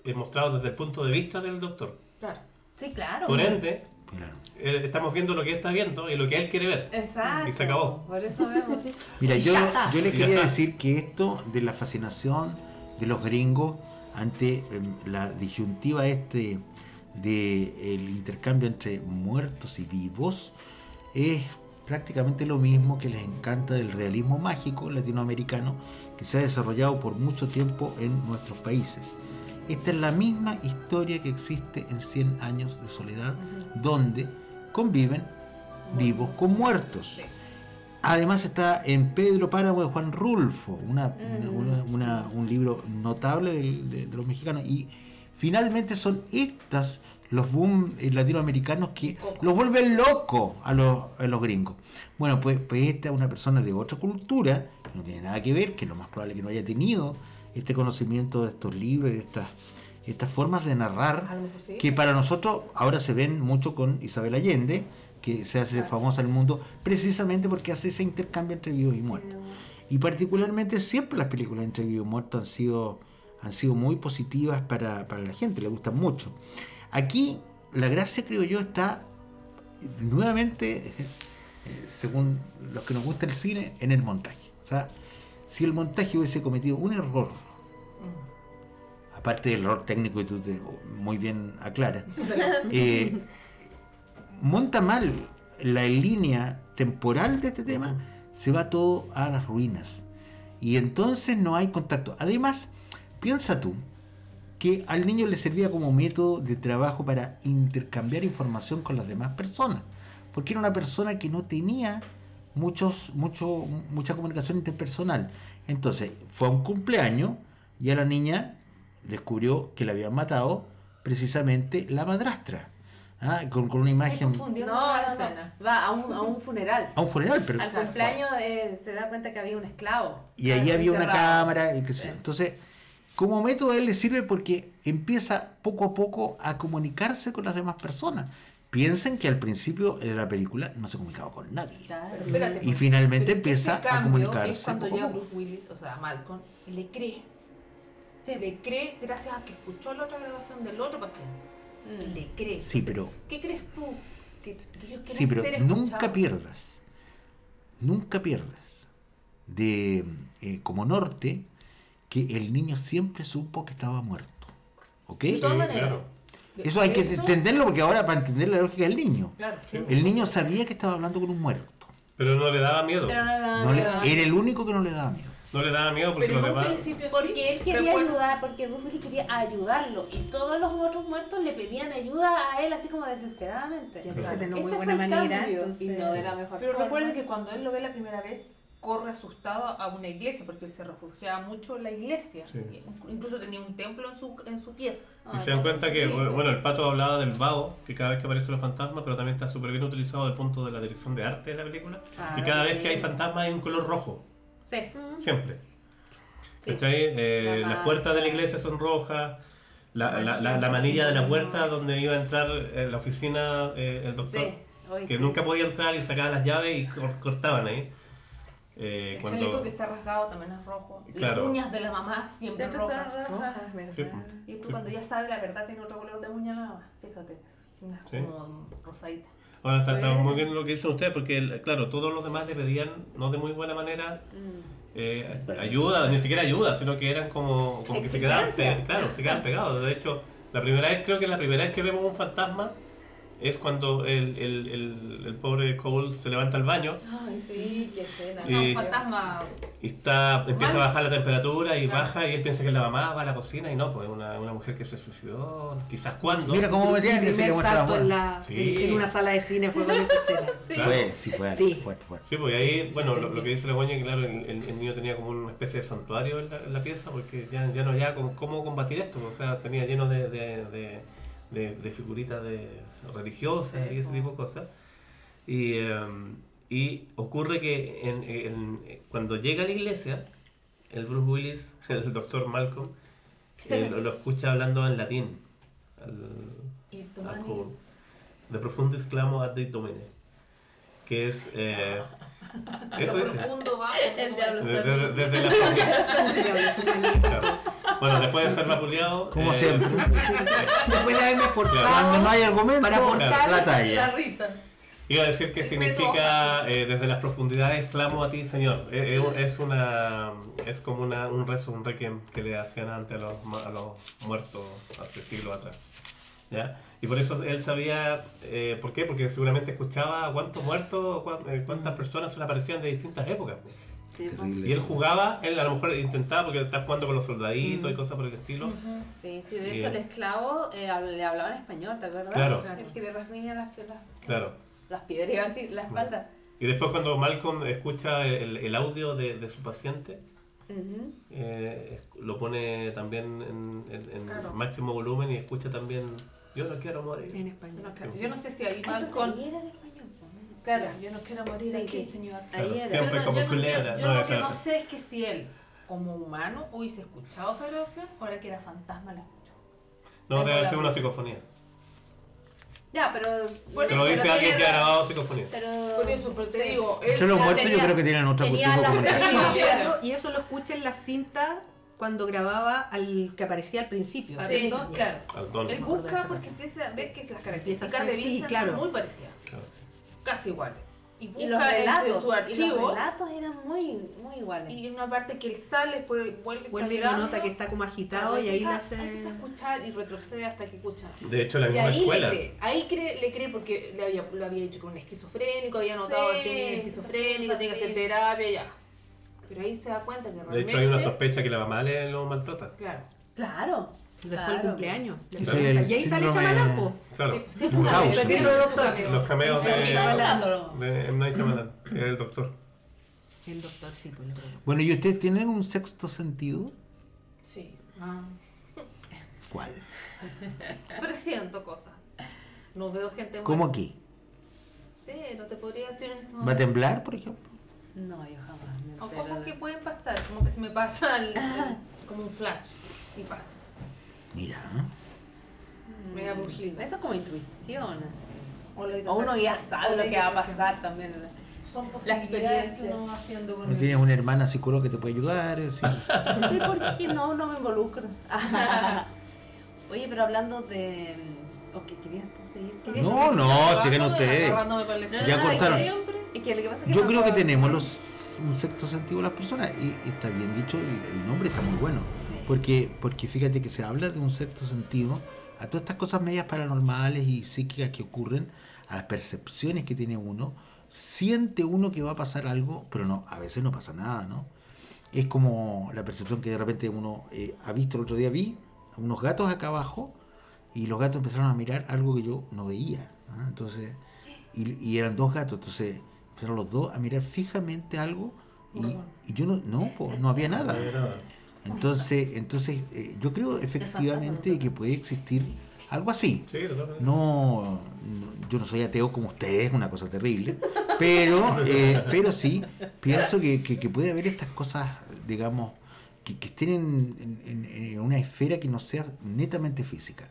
S1: eh, mostrado desde el punto de vista del doctor.
S4: Claro.
S3: Sí, claro.
S1: Por ende,
S5: Claro.
S1: eh, estamos viendo lo que él está viendo y lo que él quiere ver.
S3: Exacto.
S1: Y se acabó.
S3: Por eso <laughs> vemos.
S5: Mira, yo,
S2: Ya está.
S5: yo les
S1: Ya
S5: quería
S1: está.
S5: decir que esto de la fascinación de los gringos ante em, la disyuntiva este de el intercambio entre muertos y vivos es prácticamente lo mismo que les encanta del realismo mágico latinoamericano que se ha desarrollado por mucho tiempo en nuestros países. Esta es la misma historia que existe en 100 años de soledad, donde conviven vivos con muertos. Además está en Pedro Páramo de Juan Rulfo, una- una- una- una- un libro notable del- de, de los mexicanos. Y finalmente son estas los boom eh, latinoamericanos que los vuelven locos a los, a los gringos. Bueno, pues, pues esta es una persona de otra cultura, que no tiene nada que ver, que lo más probable es que no haya tenido este conocimiento de estos libros y de estas, estas formas de narrar
S4: A lo mejor sí.
S5: que para nosotros ahora se ven mucho con Isabel Allende, que se hace famosa en el mundo, precisamente porque hace ese intercambio entre vivos y muertos. Y particularmente siempre las películas entre vivos y muertos han sido, han sido muy positivas para, para la gente, le gustan mucho. Aquí la gracia, creo yo, está eh, nuevamente, eh, según los que nos gusta el cine, en el montaje. O sea, si el montaje hubiese cometido un error, aparte del error técnico que tú te muy bien aclaras, eh, monta mal la línea temporal de este tema, se va todo a las ruinas. Y entonces no hay contacto. Además, piensa tú que al niño le servía como método de trabajo para intercambiar información con las demás personas. Porque era una persona que no tenía muchos, mucho, mucha comunicación interpersonal. Entonces, fue a un cumpleaños y a la niña descubrió que la habían matado precisamente la madrastra. ¿ah? Con, con una imagen...
S4: confundió
S3: No,
S4: la
S3: no, no.
S4: escena.
S3: Va a un, a un funeral.
S5: A un funeral, pero...
S3: Al cumpleaños eh, se da cuenta que había un esclavo. Ah,
S5: Y ahí
S3: Claro,
S5: había una
S3: encerrado.
S5: cámara. y qué sé yo.
S3: Sí.
S5: Entonces, como método a él le sirve porque empieza poco a poco a comunicarse con las demás personas. Piensen que al principio de la película no se comunicaba con nadie.
S3: Claro.
S4: Espérate,
S5: Y finalmente
S4: Pero ese
S5: empieza a
S4: cambio
S5: comunicarse.
S4: Es cuando
S5: poco a
S4: ya
S5: poco.
S4: Bruce Willis, o sea, Malcolm, le cree.
S3: Sí.
S4: Le cree gracias a que escuchó la otra grabación del otro paciente.
S3: Mm.
S4: Le cree.
S5: Sí,
S4: Entonces,
S5: pero-
S4: ¿Qué crees tú? Que, que ellos
S5: Sí,
S4: quieren
S5: pero
S4: ser
S5: nunca
S4: escuchados.
S5: pierdas, nunca pierdas de eh, como norte que el niño siempre supo que estaba muerto. ¿Ok?
S4: De todas
S1: Sí,
S4: maneras.
S1: claro.
S5: Eso hay que
S4: Eso-
S5: entenderlo porque ahora para entender la lógica del niño.
S4: Claro,
S1: Sí.
S5: El niño sabía que estaba hablando con un muerto.
S1: Pero no le daba miedo.
S3: Pero no le
S2: Ah,
S3: daba
S5: No le-
S3: miedo.
S5: era el único que no le daba miedo.
S1: No le daba miedo porque
S4: pero
S1: los
S4: en un
S1: demás.
S4: principio sí,
S3: Porque él quería
S4: recuerdo-
S3: ayudar, porque Bruce Willis quería ayudarlo. Y todos los otros muertos le pedían ayuda a él así como
S2: Y
S3: desesperadamente.
S2: a
S1: Claro.
S2: veces de no muy
S3: Este
S2: buena
S3: fue el
S2: manera.
S3: cambio,
S2: entonces-
S3: y no de la mejor
S4: Pero
S3: forma.
S4: recuerden que cuando él lo ve la primera vez, corre asustado a una iglesia, porque él se refugiaba mucho en la iglesia.
S1: Sí.
S4: Inc- Incluso tenía un templo en su, en su pieza.
S1: Y se dan cuenta que,
S4: Sí,
S1: bueno,
S4: sí.
S1: bueno, el pato hablaba del vago, que cada vez que aparecen los fantasmas, pero también está súper bien utilizado desde el punto de la dirección de arte de la película.
S3: Ah,
S1: que cada
S3: sí.
S1: vez que hay fantasmas hay un color rojo,
S3: Sí.
S1: siempre.
S3: Sí.
S1: ¿Cachai? Eh,
S3: La
S1: las
S3: ma-
S1: puertas de la iglesia son rojas, la, la, la- la manilla de la puerta donde iba a entrar en la oficina eh, el doctor,
S3: Sí. Hoy
S1: que
S3: sí.
S1: nunca podía entrar y sacaba las llaves y cor- cortaban ahí. Eh,
S4: El
S1: cuando-
S4: chaleco que está rasgado también es rojo.
S1: Claro.
S4: Las uñas de la mamá siempre
S3: Siempre son
S4: rojas.
S3: rojas,
S2: Rojas, ¿verdad?
S1: Sí.
S4: Y después
S1: Sí.
S4: cuando ya sabe la verdad tiene otro color de uña nada más. Fíjate en eso. Una
S1: Sí.
S4: como rosadita.
S1: Ahora está, está
S3: Bueno.
S1: muy bien lo que dicen ustedes, porque el- claro, todos los demás le pedían, no de muy buena manera,
S3: Mm.
S1: eh, ayuda, ni siquiera ayuda, sino que eran como, como que se quedaban,
S3: Exigencia.
S1: pe- claro, se quedaban pegados. De hecho, la primera vez, creo que la primera vez que vemos un fantasma es cuando el, el- el- el pobre Cole se levanta al baño
S3: Ay, sí, qué escena.
S4: Es
S1: Sí. Y-
S4: un fantasma.
S1: y está, empieza a
S4: Mal.
S1: bajar la temperatura y
S4: Claro.
S1: baja y él piensa que es la mamá, va a la cocina y no, pues una, una mujer que se suicidó, quizás cuando.
S5: Mira cómo metían
S2: El
S5: que se le
S2: primer
S5: muestra la
S2: salto en,
S5: muerte.
S2: la-
S1: Sí.
S2: en- en una sala de cine fue con esa
S4: <laughs>
S2: escena.
S1: Claro.
S5: Fue, sí, fue,
S2: Sí.
S5: fue, fue.
S1: Sí, pues y ahí,
S2: Sí,
S1: bueno,
S2: se
S1: lo, lo que dice la guaña es que claro, el, el- el niño tenía como una especie de santuario en la, en la pieza porque ya, ya no había como, cómo combatir esto, pues, o sea, tenía lleno de, de, de- de- de figuritas de, religiosas
S4: Sí,
S1: y ese
S4: po.
S1: tipo de cosas. Y, em, y ocurre que en- en- cuando llega a la iglesia, el Bruce Willis, <laughs> el doctor Malcolm, eh, lo, lo escucha hablando en latín. al-
S4: Y tu
S1: Ah,
S4: manis.
S1: cool. de profundis clamo ad Dei domine. Que es.
S4: <laughs>
S1: eh, eso
S4: Lo
S1: es.
S4: profundo va.
S3: <laughs> El diablo.
S1: Desde, desde- desde la familia. claro. Bueno, después de ser vapuleado.
S5: Como
S1: eh,
S5: siempre.
S1: <laughs>
S2: Después de haberme
S5: Cuando no
S2: forzado.
S5: hay argumento,
S2: Para aportar
S5: la
S4: La
S5: talla.
S4: risa.
S1: Iba a decir que significa eh, desde las profundidades clamo a ti, Señor. Eh, eh, es una es como una, un rezo, un requiem que le hacían antes a los, ma- a los muertos hace siglos atrás. ¿Ya? Y por eso él sabía, eh, ¿por qué? Porque seguramente escuchaba cuántos muertos, cuán- eh, cuántas personas se le aparecían de distintas épocas.
S5: Terrible
S1: Y él
S5: eso.
S1: jugaba, él a lo mejor intentaba porque está jugando con los soldaditos y cosas por el estilo.
S3: Sí, sí, de
S1: Bien.
S3: hecho el esclavo eh, hab- le hablaba en español, ¿te acuerdas?
S1: Claro.
S3: El que le rasguña las, las,
S1: Claro.
S3: las piedras, iba a decir, la espalda.
S1: Y después cuando Malcolm escucha el, el audio de, de su paciente,
S3: Ujú.
S1: eh, es- lo pone también en, en- en
S4: Claro.
S1: máximo volumen y escucha también, yo no quiero morir.
S2: En
S4: Yo
S2: español.
S4: no, quiero- yo no sé si ahí
S3: Ah, entonces
S4: Malcolm.
S3: ahí era el español. po, ¿no?
S4: Claro, yo no quiero morir
S3: Sí,
S4: aquí,
S3: sí.
S4: señor.
S1: Claro,
S3: Ahí era.
S1: siempre.
S4: Yo no-
S1: como
S4: yo no
S1: culebra,
S4: entiendo-
S1: no,
S4: Yo lo
S1: esa-
S4: que no sé es que si él, como humano, hubiese escuchado esa grabación, ahora que era fantasma la escuchó.
S1: No,
S4: Tengo
S1: debe
S4: la
S1: ser una
S4: duda.
S1: psicofonía.
S3: Ya, pero...
S4: Por
S1: Te lo
S4: eso,
S1: dice
S4: pero
S1: alguien que ha
S4: tenía-
S1: grabado psicofonía.
S3: Pero...
S4: Por eso, pero te
S3: sí.
S4: digo, él
S5: Entre los
S4: la
S5: muertos yo
S4: tenía-
S5: creo que tienen otra
S3: tenía
S5: cultura de
S3: la
S5: comunicación.
S4: Sí.
S2: Claro, y eso lo escucha en la cinta cuando grababa al que aparecía al principio.
S4: Sí,
S2: ¿cierto?
S4: sí, claro.
S1: Al don.
S4: Él busca porque empieza a ver que las características de
S2: Sí,
S4: Vincent
S2: claro.
S4: son muy parecidas,
S1: Claro.
S4: casi iguales. y
S3: Y los
S4: busca entre
S3: relatos,
S4: sus
S3: y los
S4: archivos.
S3: relatos eran muy, muy iguales.
S4: Y en una parte que él sale, después vuelve,
S2: Vuelve y
S4: está
S2: lo
S4: hablando,
S2: nota que está como agitado y ahí
S4: empieza-
S2: lo hace.
S4: Empieza a escuchar y retrocede hasta que escucha.
S1: De hecho, la
S4: Y
S1: misma
S4: ahí
S1: escuela.
S4: le cree, ahí cree- le cree porque le había, lo había dicho que era un esquizofrénico, había notado
S3: Sí,
S4: que tenía esquizofrénico,
S3: esquizofrénico,
S4: tenía que hacer
S3: sí.
S4: terapia, ya. Pero ahí se da cuenta que
S1: De
S4: realmente...
S1: hecho, hay una sospecha que la mamá le lo maltrata.
S4: Claro.
S3: Claro.
S2: Después
S3: Claro.
S2: el cumpleaños.
S5: Ese es
S1: Claro.
S5: el
S2: Y ahí sale
S5: síndrome-
S2: Chamalán, po.
S1: Claro.
S4: Sí, pues, sí, sabe,
S5: Los caos.
S4: recién
S2: Los
S4: su
S2: doctor.
S4: cameo.
S1: Los cameos
S2: Sí,
S1: de,
S2: Chamalán.
S1: de M. Night Shyamalan, que es el doctor.
S2: El doctor, sí, pues le pregunta.
S5: Bueno, ¿y ustedes tienen un sexto sentido?
S4: Sí. Ah.
S5: ¿Cuál?
S4: Pero siento cosas. No veo gente
S5: ¿Cómo
S4: muerta.
S5: qué?
S4: Sí, no te podría decir en este
S5: ¿Va a
S4: momento.
S5: temblar, por ejemplo?
S3: No, yo jamás me
S4: O
S3: entero
S4: cosas
S3: de
S4: que
S3: eso.
S4: pueden pasar, como que se me pasa el- el- como un flash y pasa.
S5: Mira, ¿eh?
S4: Me da brujilda.
S3: Eso es como intuición. así.
S4: la
S3: Mm. O uno ya sabe lo que va a
S4: hidratación.
S3: pasar también.
S4: Son
S3: La
S4: posibilidades
S3: experiencia.
S4: que uno va haciendo con
S5: ¿no
S4: el-
S5: tienes una hermana psicóloga que te puede ayudar? Sí.
S3: ¿Y por qué no? No me involucro. Oye, pero hablando de... ¿O qué querías tú seguir?
S4: Quería
S5: No,
S4: seguir
S5: no,
S4: agarrándome,
S5: siguen ustedes.
S4: agarrándome por la
S3: No,
S5: ya
S4: silla.
S5: cortaron.
S4: Siempre.
S3: Es que lo que pasa es que
S5: Yo
S3: me
S5: creo que
S3: acuerdo-
S5: tenemos los, un sexto sentido las personas y, y está bien dicho, el, el nombre está muy bueno. Porque, porque fíjate que se habla de un sexto sentido a todas estas cosas medias paranormales y psíquicas que ocurren, a las percepciones que tiene uno. Siente uno que va a pasar algo, pero no, a veces no pasa nada, ¿no? Es como la percepción que de repente uno eh, ha visto el otro día, vi unos gatos acá abajo y los gatos empezaron a mirar algo que yo no veía. ¿ah? Entonces, y, y eran dos gatos, entonces empezaron los dos a mirar fijamente algo y, y yo no, no, po, no había nada.
S1: No hay nada.
S5: Entonces, entonces eh, yo creo efectivamente que puede existir algo así.
S1: Sí, totalmente.
S5: No, no- yo no soy ateo como ustedes, una cosa terrible, pero, eh, pero sí pienso que, que- que puede haber estas cosas, digamos, que, que estén en, en- en- en una esfera que no sea netamente física.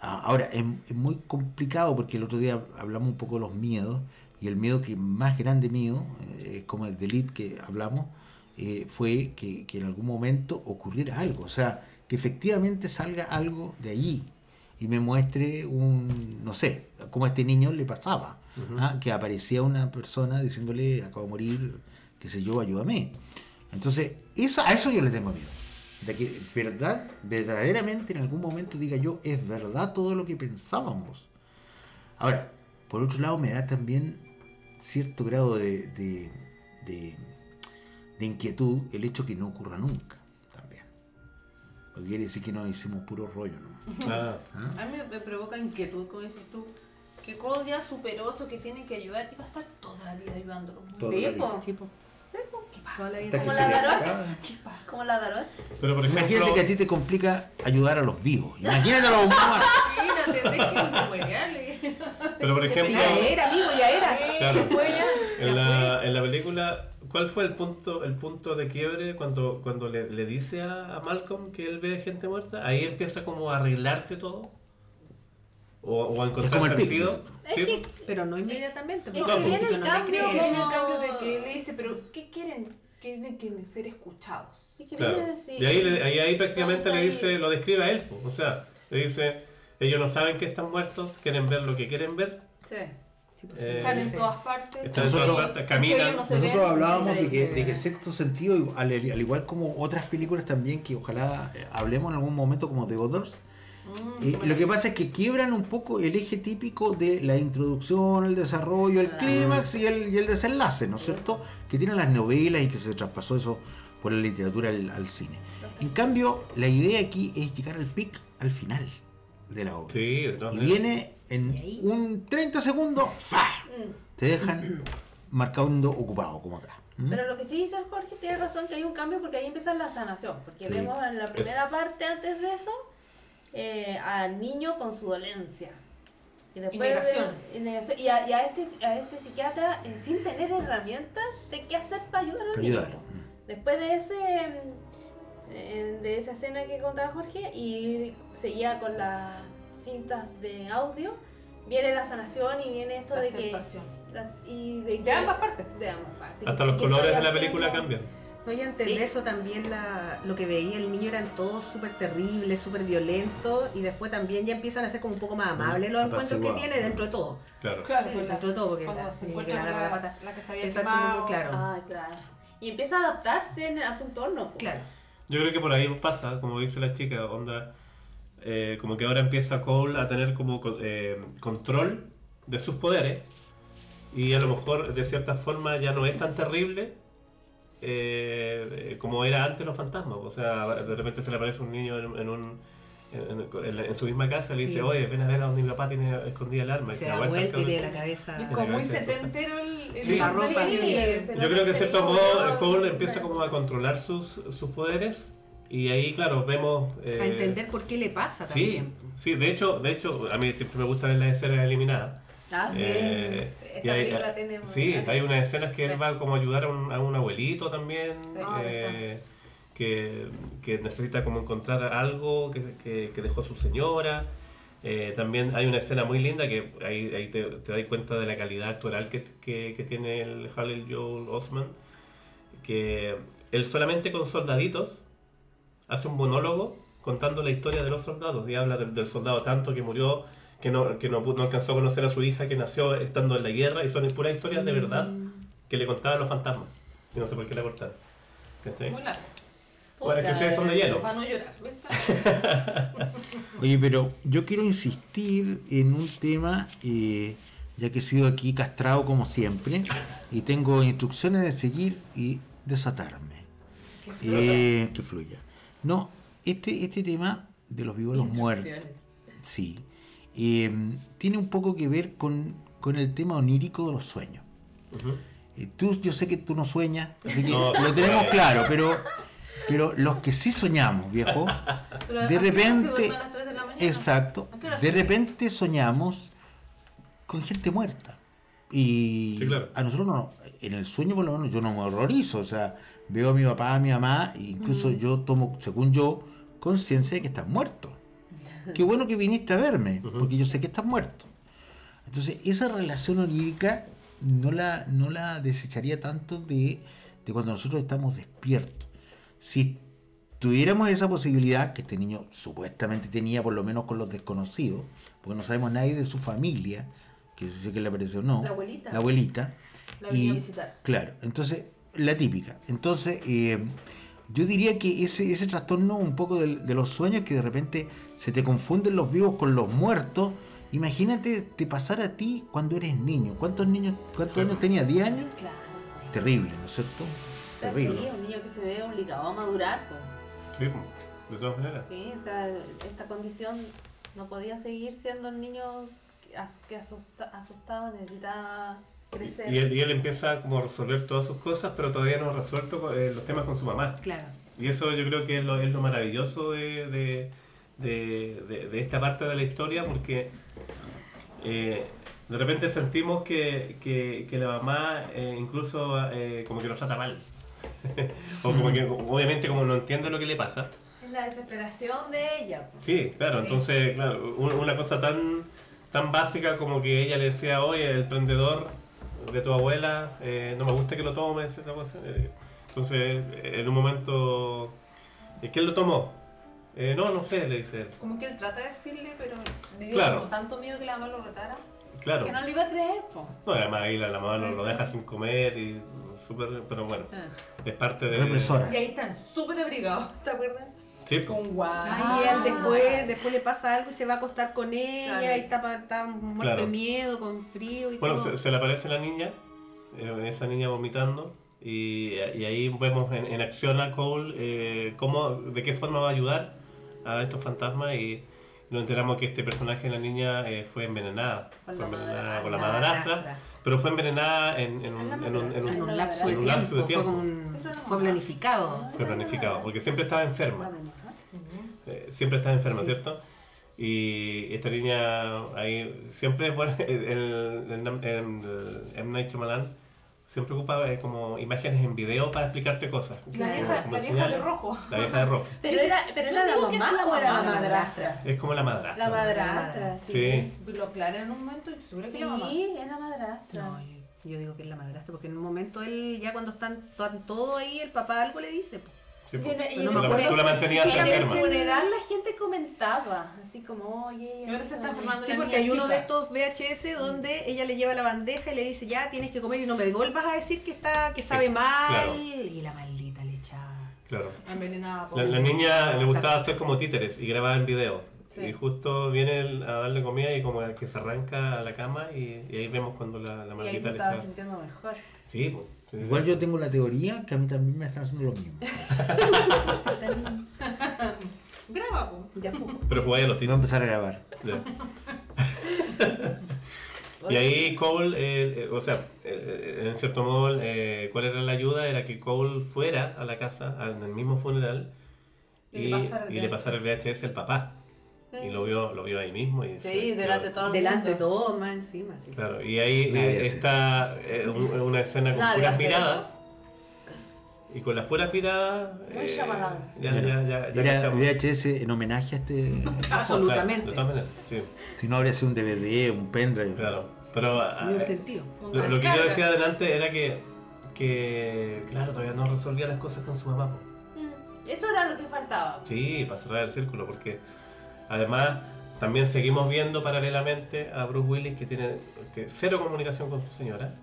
S5: A- Ahora, es, es muy complicado porque el otro día hablamos un poco de los miedos y el miedo que más grande mío, eh, es como el delito que hablamos, eh, fue que, que en algún momento ocurriera algo, o sea, que efectivamente salga algo de allí y me muestre un, no sé, como a este niño le pasaba, ¿ah? que aparecía una persona diciéndole, acabo de morir, qué sé yo, ayúdame. Entonces, eso, a eso yo le tengo miedo. De que verdad, verdaderamente en algún momento diga yo, es verdad todo lo que pensábamos. Ahora, por otro lado, me da también cierto grado de, de, de- de inquietud el hecho que no ocurra nunca, también. Porque quiere decir que no hicimos puro rollo, ¿no?
S1: Ah,
S5: ¿Ah?
S4: A mí me- me provoca inquietud, como dices tú, que Cole ya superó eso que tiene que ayudar y va a estar toda la vida ayudándolo.
S5: Toda
S4: sí,
S5: la vida.
S4: po.
S2: Sí, pues.
S4: ¿Qué pasa?
S2: Toda la vida
S5: Hasta que
S3: Como
S5: se
S3: la
S5: le
S3: Daroche.
S5: acaba.
S4: ¿Qué pasa?
S3: Como la Darot.
S1: Pero por ejemplo,
S5: Imagínate que a ti te complica ayudar a
S4: <laughs>
S5: los vivos. Imagínate a los muertos.
S4: Imagínate, <laughs> déjenme huevearle.
S1: pero por
S2: Sí,
S1: ejemplo,
S2: ya era, amigo, ya era.
S1: Claro.
S4: Fue ya.
S1: en la, en la película, ¿cuál fue el punto, el punto de quiebre cuando, cuando le, le dice a, a Malcolm que él ve gente muerta? Ahí empieza como a arreglarse todo. O, o a encontrar
S5: como el pic,
S1: sentido.
S5: dices tú.
S1: Sí,
S3: Es
S2: Pero no inmediatamente, pues,
S4: Es
S2: porque
S1: Claro.
S2: al
S4: que viene
S2: principio
S4: el
S2: no le
S4: cambio,
S2: cree.
S4: viene el cambio de que le dice, pero ¿qué quieren? Quieren que ser escuchados.
S3: Es que
S1: Claro.
S3: viene así.
S1: Y ahí, le- ahí, ahí prácticamente
S4: Entonces
S1: le
S4: ahí-
S1: dice, lo describe a él. po. O sea, le dice, ellos no saben que están muertos, quieren ver lo que quieren ver.
S3: Sí.
S2: Sí, pues,
S1: Eh,
S4: Están en
S2: sí.
S4: todas partes.
S1: Están
S5: en todas
S4: Ellos-
S1: partes,
S4: ellos
S1: caminan.
S4: no se
S5: Nosotros
S4: ven.
S5: hablábamos de que,
S4: Interés.
S5: de que Sexto Sentido, al, al igual como otras películas también, que ojalá eh, hablemos en algún momento como The Others,
S4: Mm,
S5: eh, lo que pasa es que quiebran un poco el eje típico de la introducción, el desarrollo,
S4: Ah.
S5: el clímax y el, y el desenlace, ¿no es cierto? Que tienen las novelas y que se traspasó eso por la literatura al, al cine. En cambio, la idea aquí es llegar al pic al final de la obra.
S1: Sí, de todas
S5: Y Mm.
S1: maneras.
S5: viene en un 30 segundos, ¡fa! Te dejan <clears throat> marcando ocupado, como acá. ¿Mm?
S3: Pero lo que sí dice el Jorge tiene razón que hay un cambio porque ahí empieza la sanación. Porque
S5: Sí.
S3: vemos en la primera parte antes de eso eh, al niño con su dolencia. Y después
S4: Y negación.
S3: de- y negación. Y a, y a este, a este psiquiatra eh, sin tener herramientas de qué hacer para ayudar al
S5: Para
S3: niño.
S5: ayudar.
S3: Después de ese mm, eh, de esa escena que contaba Jorge y seguía con las cintas de audio, viene la sanación y viene esto
S4: La
S3: de que
S4: aceptación.
S3: las- y de,
S4: De
S3: que-
S4: ambas partes.
S3: de ambas partes.
S1: Hasta los
S3: Que
S1: colores de
S3: estoy
S1: la película
S3: haciendo-
S1: cambian.
S2: No, y antes
S4: Sí.
S2: de eso también la- lo que veía el niño eran todos súper terribles, súper violentos y después también ya empiezan a ser como un poco más amables los encuentros que
S5: apaciguado.
S2: tiene dentro de todo.
S1: Claro.
S4: Claro,
S3: Sí,
S4: pues
S2: dentro de todo, porque
S4: cuando
S2: la-
S4: se
S2: sí,
S4: encuentra
S2: claro,
S4: con
S2: la
S4: la,
S2: pata.
S4: la que se había
S2: Esa
S4: quemado.
S2: como, claro.
S3: Ah, claro. Y empieza a adaptarse en- a su entorno. po.
S2: Claro.
S1: Yo creo que por ahí pasa, como dice la chica, onda, eh, como que ahora empieza Cole a tener como co- eh, control de sus poderes y a lo mejor de cierta forma ya no es tan terrible eh, eh, como era antes los fantasmas. O sea, de repente se le aparece un niño en, en un... En, en la- en su misma casa le dice,
S2: Sí.
S1: oye, ven a ver a donde mi papá tiene escondida el arma. y
S2: Se da
S1: Pues aguanta el
S2: vuelta y
S1: cabrón.
S2: tiene la cabeza.
S4: Es como muy
S1: Sí.
S4: setentero el, el
S1: Sí.
S2: La ropa,
S4: Sí,
S2: sí.
S4: ese
S1: Yo creo que de cierto
S4: serio,
S1: modo
S4: pero-
S1: Cole empieza como a controlar sus, sus poderes y ahí, claro, vemos... eh,
S2: A entender por qué le pasa
S1: Sí,
S2: también.
S1: sí, de hecho, de hecho, a mí siempre me gusta ver las escenas eliminadas.
S3: Ah, sí.
S1: Eh,
S4: Esta
S1: y hay-
S4: película tiene muy
S1: sí,
S4: buena.
S1: hay unas escenas que él va como a ayudar a un, a un abuelito también,
S4: Ah,
S1: eh, que, que necesita como encontrar algo que, que- que dejó su señora. Eh, también hay una escena muy linda que ahí, ahí te, te das cuenta de la calidad actoral que, que- que tiene el Halil Joel Osman, que él solamente con soldaditos hace un monólogo contando la historia de los soldados y habla del, del soldado tanto que murió, que, no, que no, pu- no alcanzó a conocer a su hija, que nació estando en la guerra, y son puras historias de verdad que le contaban los fantasmas. Y no sé por qué la cortaron. ¿Cachai?
S4: Muy largo.
S1: Bueno, es que
S3: Puta,
S1: ustedes son de hielo.
S4: Para no llorar, ¿ves?
S5: Oye, pero yo quiero insistir en un tema, eh, ya que he sido aquí castrado como <laughs> siempre, y tengo instrucciones de seguir y desatarme. Eh, que fluya. No, este, este tema de los vivos los muertos, sí, eh, tiene un poco que ver con, con el tema onírico de los sueños.
S1: Ujú.
S5: Eh, Tú, yo sé que tú no sueñas, así
S1: <laughs>
S5: que
S1: No,
S5: lo
S1: sí,
S5: tenemos
S1: claro.
S5: claro, pero, pero los que sí soñamos, viejo,
S4: Pero
S5: De
S4: ¿a qué hora se
S5: repente-
S4: duerme a las tres de la mañana?
S5: Exacto.
S4: ¿A qué hora
S5: De
S4: son?
S5: repente soñamos con gente muerta. Y
S1: Sí, claro.
S5: a nosotros no, en el sueño por lo menos yo no me horrorizo. O sea, veo a mi papá, a mi mamá, e incluso
S4: Mm.
S5: yo tomo, según yo, conciencia de que están muertos. Qué bueno que viniste a verme,
S1: Ujú.
S5: porque yo sé que estás muerto. Entonces, esa relación onírica no la, no la desecharía tanto de, de cuando nosotros estamos despiertos. Si tuviéramos esa posibilidad, que este niño supuestamente tenía, por lo menos con los desconocidos, porque no sabemos nadie de su familia, que se sé que le apareció o no.
S4: La abuelita.
S5: La abuelita.
S4: La venía
S5: Y-
S4: a visitar.
S5: Claro, entonces, la típica. Entonces, eh, yo diría que ese, ese trastorno un poco del- de, los sueños, que de repente se te confunden los vivos con los muertos. Imagínate te pasar a ti cuando eres niño. ¿Cuántos niños, cuántos años tenía? ¿10 años?
S3: Claro. sí.
S5: Terrible, ¿no es cierto?
S3: O sea, sí,
S5: Terrible.
S3: un niño que se ve obligado a madurar. po.
S1: Sí, de todas maneras.
S3: Sí, o sea, esta condición no podía seguir siendo el niño que as- que asusta- asustado, necesitaba crecer.
S1: Y, y él, y él empieza como a resolver todas sus cosas, pero todavía no ha resuelto co- eh, los temas con su mamá.
S2: Claro.
S1: Y eso yo creo que es lo, es lo maravilloso de, de- de- de- de esta parte de la historia, porque eh, de repente sentimos que, que- que la mamá eh, incluso eh, como que nos trata mal. <laughs> o como que obviamente como no entiende lo que le pasa.
S3: Es la desesperación de ella. po.
S1: Sí, claro, entonces, claro, un- una cosa tan, tan básica como que ella le decía, oye, el prendedor de tu abuela, eh, no me gusta que lo tomes, esa cosa. eh, entonces, en un momento, ¿y ¿quién lo tomó? "Eh, no, no sé, le dice él.
S4: Como que él trata de decirle, pero le dio
S1: Claro.
S4: como tanto miedo que la mamá lo retara.
S1: Claro.
S3: Que no le iba a creer, po.
S1: No, además ahí la, la mamá lo, lo deja sin comer y súper, pero bueno, es parte de...
S5: Represora.
S4: Y ahí están súper abrigados, ¿te acuerdas?
S1: Sí, pues,
S4: Con guay.
S2: Ay, él después, después le pasa algo y se va a acostar con ella
S4: Ah. Claro.
S2: y está, pa- está muerto
S1: Claro.
S2: de miedo, con frío y
S1: Bueno,
S2: todo.
S1: se, se le aparece la niña, eh, esa niña vomitando, y, y ahí vemos en, en acción a Cole eh, cómo, de qué forma va a ayudar a estos fantasmas y nos enteramos que este personaje de la niña eh, fue envenenada,
S3: Por
S1: fue
S3: la
S1: envenenada
S3: madrastra.
S1: con la madrastra, pero fue envenenada en, en un... en un- en un-
S2: En un lapso de
S1: En un lapso de
S2: tiempo,
S1: tiempo.
S2: Fue, como un- fue planificado.
S1: fue planificado, porque siempre estaba enferma. Eh, siempre estás enferma,
S2: Sí.
S1: ¿cierto? Y esta niña ahí siempre es bueno, <laughs> el, el- el- el M. Night Shyamalan siempre ocupa eh, como imágenes en video para explicarte cosas.
S4: La
S1: Como-
S4: vieja,
S1: como
S4: la vieja de
S1: señales.
S4: rojo.
S1: La vieja de rojo.
S3: Pero era, pero
S4: Yo
S3: era la
S4: digo que es
S3: mamá
S4: la
S3: o era la
S4: mamá.
S3: madrastra.
S1: Es como la madrastra.
S3: La madrastra,
S1: Sí.
S3: sí.
S4: Lo aclara en un momento y seguro que la mamá.
S3: Sí, es la madrastra.
S2: Yo digo que es la madrastra, porque en un momento él, ya cuando están, están todo ahí, el papá algo le dice. po.
S1: Sí,
S3: Yo no-
S1: pues.
S3: yo
S2: no
S1: Tú
S2: me
S1: la-
S2: acuerdo
S1: tú la mantenías
S3: Sí, en el
S1: enferma.
S3: funeral la gente comentaba, así como, oye,
S4: Ahora se está formando
S2: Sí,
S4: una
S2: porque
S4: niña
S2: hay uno
S4: chica.
S2: de estos VHS donde ella le lleva la bandeja y le dice, ya tienes que comer y no me vuelvas a decir que está, que sabe
S1: Sí,
S2: mal.
S1: claro.
S2: Y la maldita le echaba.
S1: Claro.
S4: Envenenada.
S1: La, la niña le gustaba hacer como títeres y grababa en video.
S3: Sí.
S1: Y justo viene el- a darle comida y como que se arranca a la cama y, y ahí vemos cuando la, la
S3: Y ahí se
S1: maldita le
S3: estaba
S1: está...
S3: sintiendo mejor.
S1: Sí, pues. Sí, sí,
S5: Igual
S1: sí.
S5: yo tengo la teoría que a mí también me están haciendo lo mismo.
S4: Graba, po.
S2: Ya, po.
S1: Pero jugáis a los
S5: Y
S1: títeres.
S5: voy a empezar a grabar. <laughs>
S1: Ya. Y ahí Cole, eh, eh, o sea, eh, eh, en cierto modo, eh, ¿cuál era la ayuda? Era que Cole fuera a la casa, al al mismo funeral,
S4: Y
S1: y,
S4: le pasara el
S1: y le pasara el VHS al papá. Y lo vio, lo vio ahí mismo. Y
S4: Sí, delante de todo el
S2: Delante de
S4: mundo.
S2: todo, más encima. así.
S1: Claro, y ahí eh,
S5: Nadie hace
S1: está eh, un- una escena con
S4: Nadie
S1: puras
S4: hace
S1: miradas. Y con las puras miradas. eh,
S3: Muy llamador.
S1: ya, ya, ya, ya
S5: Era
S1: cachamos.
S5: VHS en homenaje
S1: <laughs>
S5: a este.
S1: Claro,
S2: Absolutamente.
S1: de todas maneras, sí,
S5: si no, habría sido un DVD, un pendrive.
S1: claro. Pero ah,
S2: Ni un
S1: eh,
S2: sentido.
S1: lo, lo que yo decía adelante era que, que, claro, todavía no resolvía las cosas con su mamá. po.
S3: Mm, Eso era lo que faltaba.
S1: Sí, para cerrar el círculo, porque además también seguimos viendo paralelamente a Bruce Willis que tiene que cero comunicación con su señora.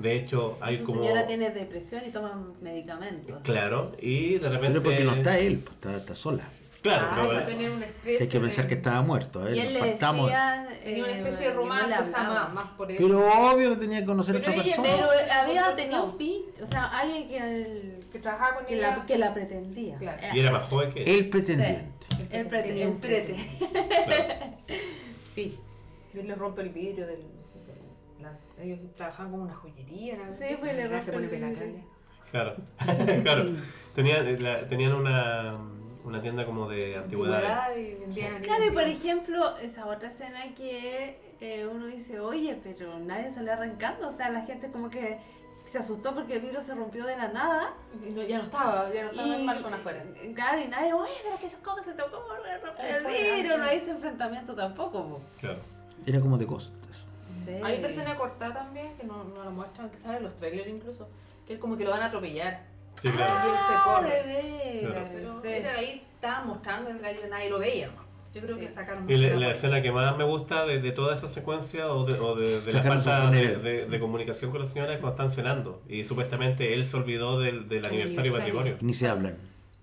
S1: De hecho, hay
S3: Su
S1: como.
S3: señora tiene depresión y toma medicamentos.
S1: Claro, y de repente.
S5: Pero porque no está él, pues, está, está sola.
S1: Claro,
S4: Ah,
S1: pero,
S4: eso tenía una especie.
S5: Hay que pensar
S4: de-
S5: que estaba muerto. A
S3: Y
S5: ver,
S3: él
S5: nos
S3: le
S5: faltamos.
S3: decía...
S4: Tenía una
S3: eh,
S4: especie de
S3: que no le
S4: romance, o sea,
S3: hablaba.
S4: más, más por él.
S5: Pero obvio que tenía que conocer a
S4: Pero
S5: otra
S4: ella-
S5: persona.
S3: Pero había
S4: Contactado.
S3: tenido un pinche, o sea, alguien que, el-
S4: que trabajaba con
S3: que,
S4: ella.
S3: la, que la pretendía.
S4: Claro.
S1: y era más joven que él.
S5: El pretendiente.
S3: El prete,
S2: Tenía
S3: el
S2: un
S3: prete.
S1: claro.
S4: Sí. Él le rompe el vidrio del. del- la- ellos trabajaban con una joyería. una cosa
S3: Sí,
S4: así.
S3: fue le
S2: Ah, se pone
S3: rompe el
S2: pelacarne.
S3: vidrio.
S1: Claro,
S5: <laughs>
S1: claro. <laughs> Tenían, la- tenían una, una tienda como de antigüedades.
S4: Antigüedad y vendían
S3: Claro, y por ejemplo, esa otra escena que eh, uno dice, oye, pero nadie salió arrancando, o sea, la gente como que se asustó porque el vidrio se rompió de la nada. eh,
S4: Y no- ya no estaba, ya no estaba el marco en afuera.
S3: Claro, y nadie, oye, pero que eso cómo se tocó el vidrio, no hay ese enfrentamiento tampoco. po.
S1: Claro.
S5: Era como de costas.
S3: Sí.
S4: Hay otra escena cortada también que no, no la muestran, que sale en los trailers incluso, que es como que lo van a atropellar.
S1: Sí, claro.
S4: Y él se
S3: Ah,
S4: corre.
S3: de veras,
S4: Pero
S3: sí.
S4: era ahí estaba mostrando el gallo, nadie lo veía. ¿no? Yo creo que
S3: Sí.
S4: sacaron
S1: Y la,
S4: mucho
S1: la
S4: la-
S1: escena que más me gusta de, de toda esa secuencia o de, o de- de la
S5: Sacaron su
S1: falta de,
S5: funeral.
S1: de- de comunicación con la señora es cuando están cenando y supuestamente él se olvidó del, del aniversario y
S4: aniversario.
S1: matrimonio.
S5: Y ni se hablan.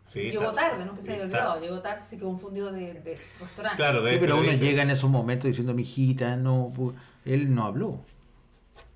S1: Sí,
S4: Llegó
S1: está-
S4: tarde, no que se
S1: y
S4: había
S1: está-
S4: olvidado, llegó tarde, se quedó confundido de, de restaurante.
S1: Claro, de
S5: Sí,
S1: hecho,
S5: pero
S1: le
S5: uno
S1: dice-
S5: llega en esos momentos diciendo, mi hijita, no, pu-". él no habló.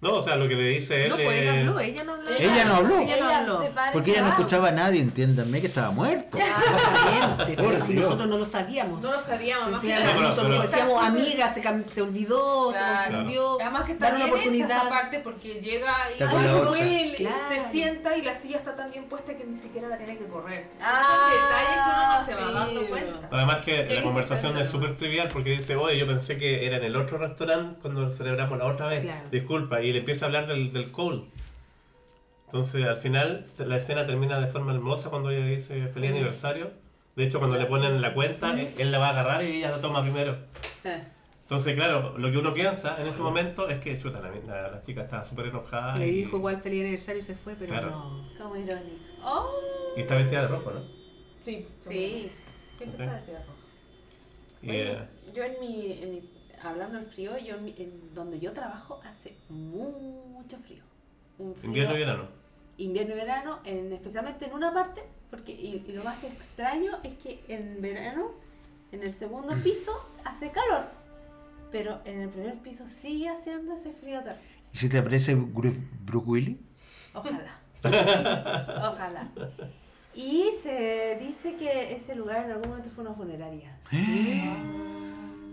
S1: No, o sea, lo que le dice él
S2: No, pues él
S1: es-
S2: habló, ella no habló.
S5: Ella no habló.
S2: Ella no habló.
S3: se para y ¡ah!
S5: Porque
S3: se
S5: ella no
S3: va.
S5: escuchaba a nadie, entiéndanme que estaba muerto.
S2: Exactamente,
S5: Por
S2: pero si
S5: Dios.
S2: nosotros no lo sabíamos.
S4: No lo sabíamos, más
S2: Sí,
S4: que
S2: además
S1: pero-
S2: nosotros
S1: pero-
S2: decíamos amiga, se, cam- se olvidó,
S4: Claro.
S2: se confundió.
S4: Además que está
S2: dar una
S4: bien oportunidad.
S2: oportunidad.
S4: esa parte porque llega y
S5: Está con la
S4: algo
S5: otra.
S4: él
S2: Claro.
S4: se sienta y la silla está tan bien puesta que ni siquiera la tiene que correr. Son
S3: Ah,
S4: detalles que uno no se va
S3: sí,
S4: dando
S3: bueno.
S4: cuenta.
S1: Además que la
S4: dice
S1: conversación
S4: Sandra?
S1: es súper trivial porque dice, oye, yo pensé que era en el otro restaurante cuando celebramos la otra vez.
S2: Claro.
S1: Disculpa, y le empieza a hablar del, del Cole. Entonces al final te- la escena termina de forma hermosa cuando ella dice feliz aniversario. De hecho, cuando le ponen la cuenta, él, él la va a agarrar y ella la toma primero.
S3: Eh.
S1: Entonces, claro, lo que uno piensa en ese momento es que, chuta, la, la- la chica estaba súper enojada
S2: Le
S1: y,
S2: dijo igual feliz aniversario y se fue, pero
S1: Claro.
S2: no.
S3: Como irónico. Oh,
S1: y está vestida de rojo, ¿no?
S4: Sí,
S3: sí.
S4: Siempre
S1: Ok.
S4: está de abajo.
S1: Y,
S3: Oye,
S1: eh,
S3: yo en mi, en mi- hablando del frío, yo en, mi- en donde yo trabajo hace mucho frío. Un frío-
S1: invierno y verano.
S3: invierno y verano, en- especialmente en una parte, porque y, y lo más extraño es que en verano, en el segundo piso, hace calor, pero en el primer piso sigue haciendo ese frío terrible.
S5: ¿Y si te aparece Bruce, Bruce Willis?
S3: Ojalá. Ojalá. Y se dice que ese lugar en algún momento fue una funeraria.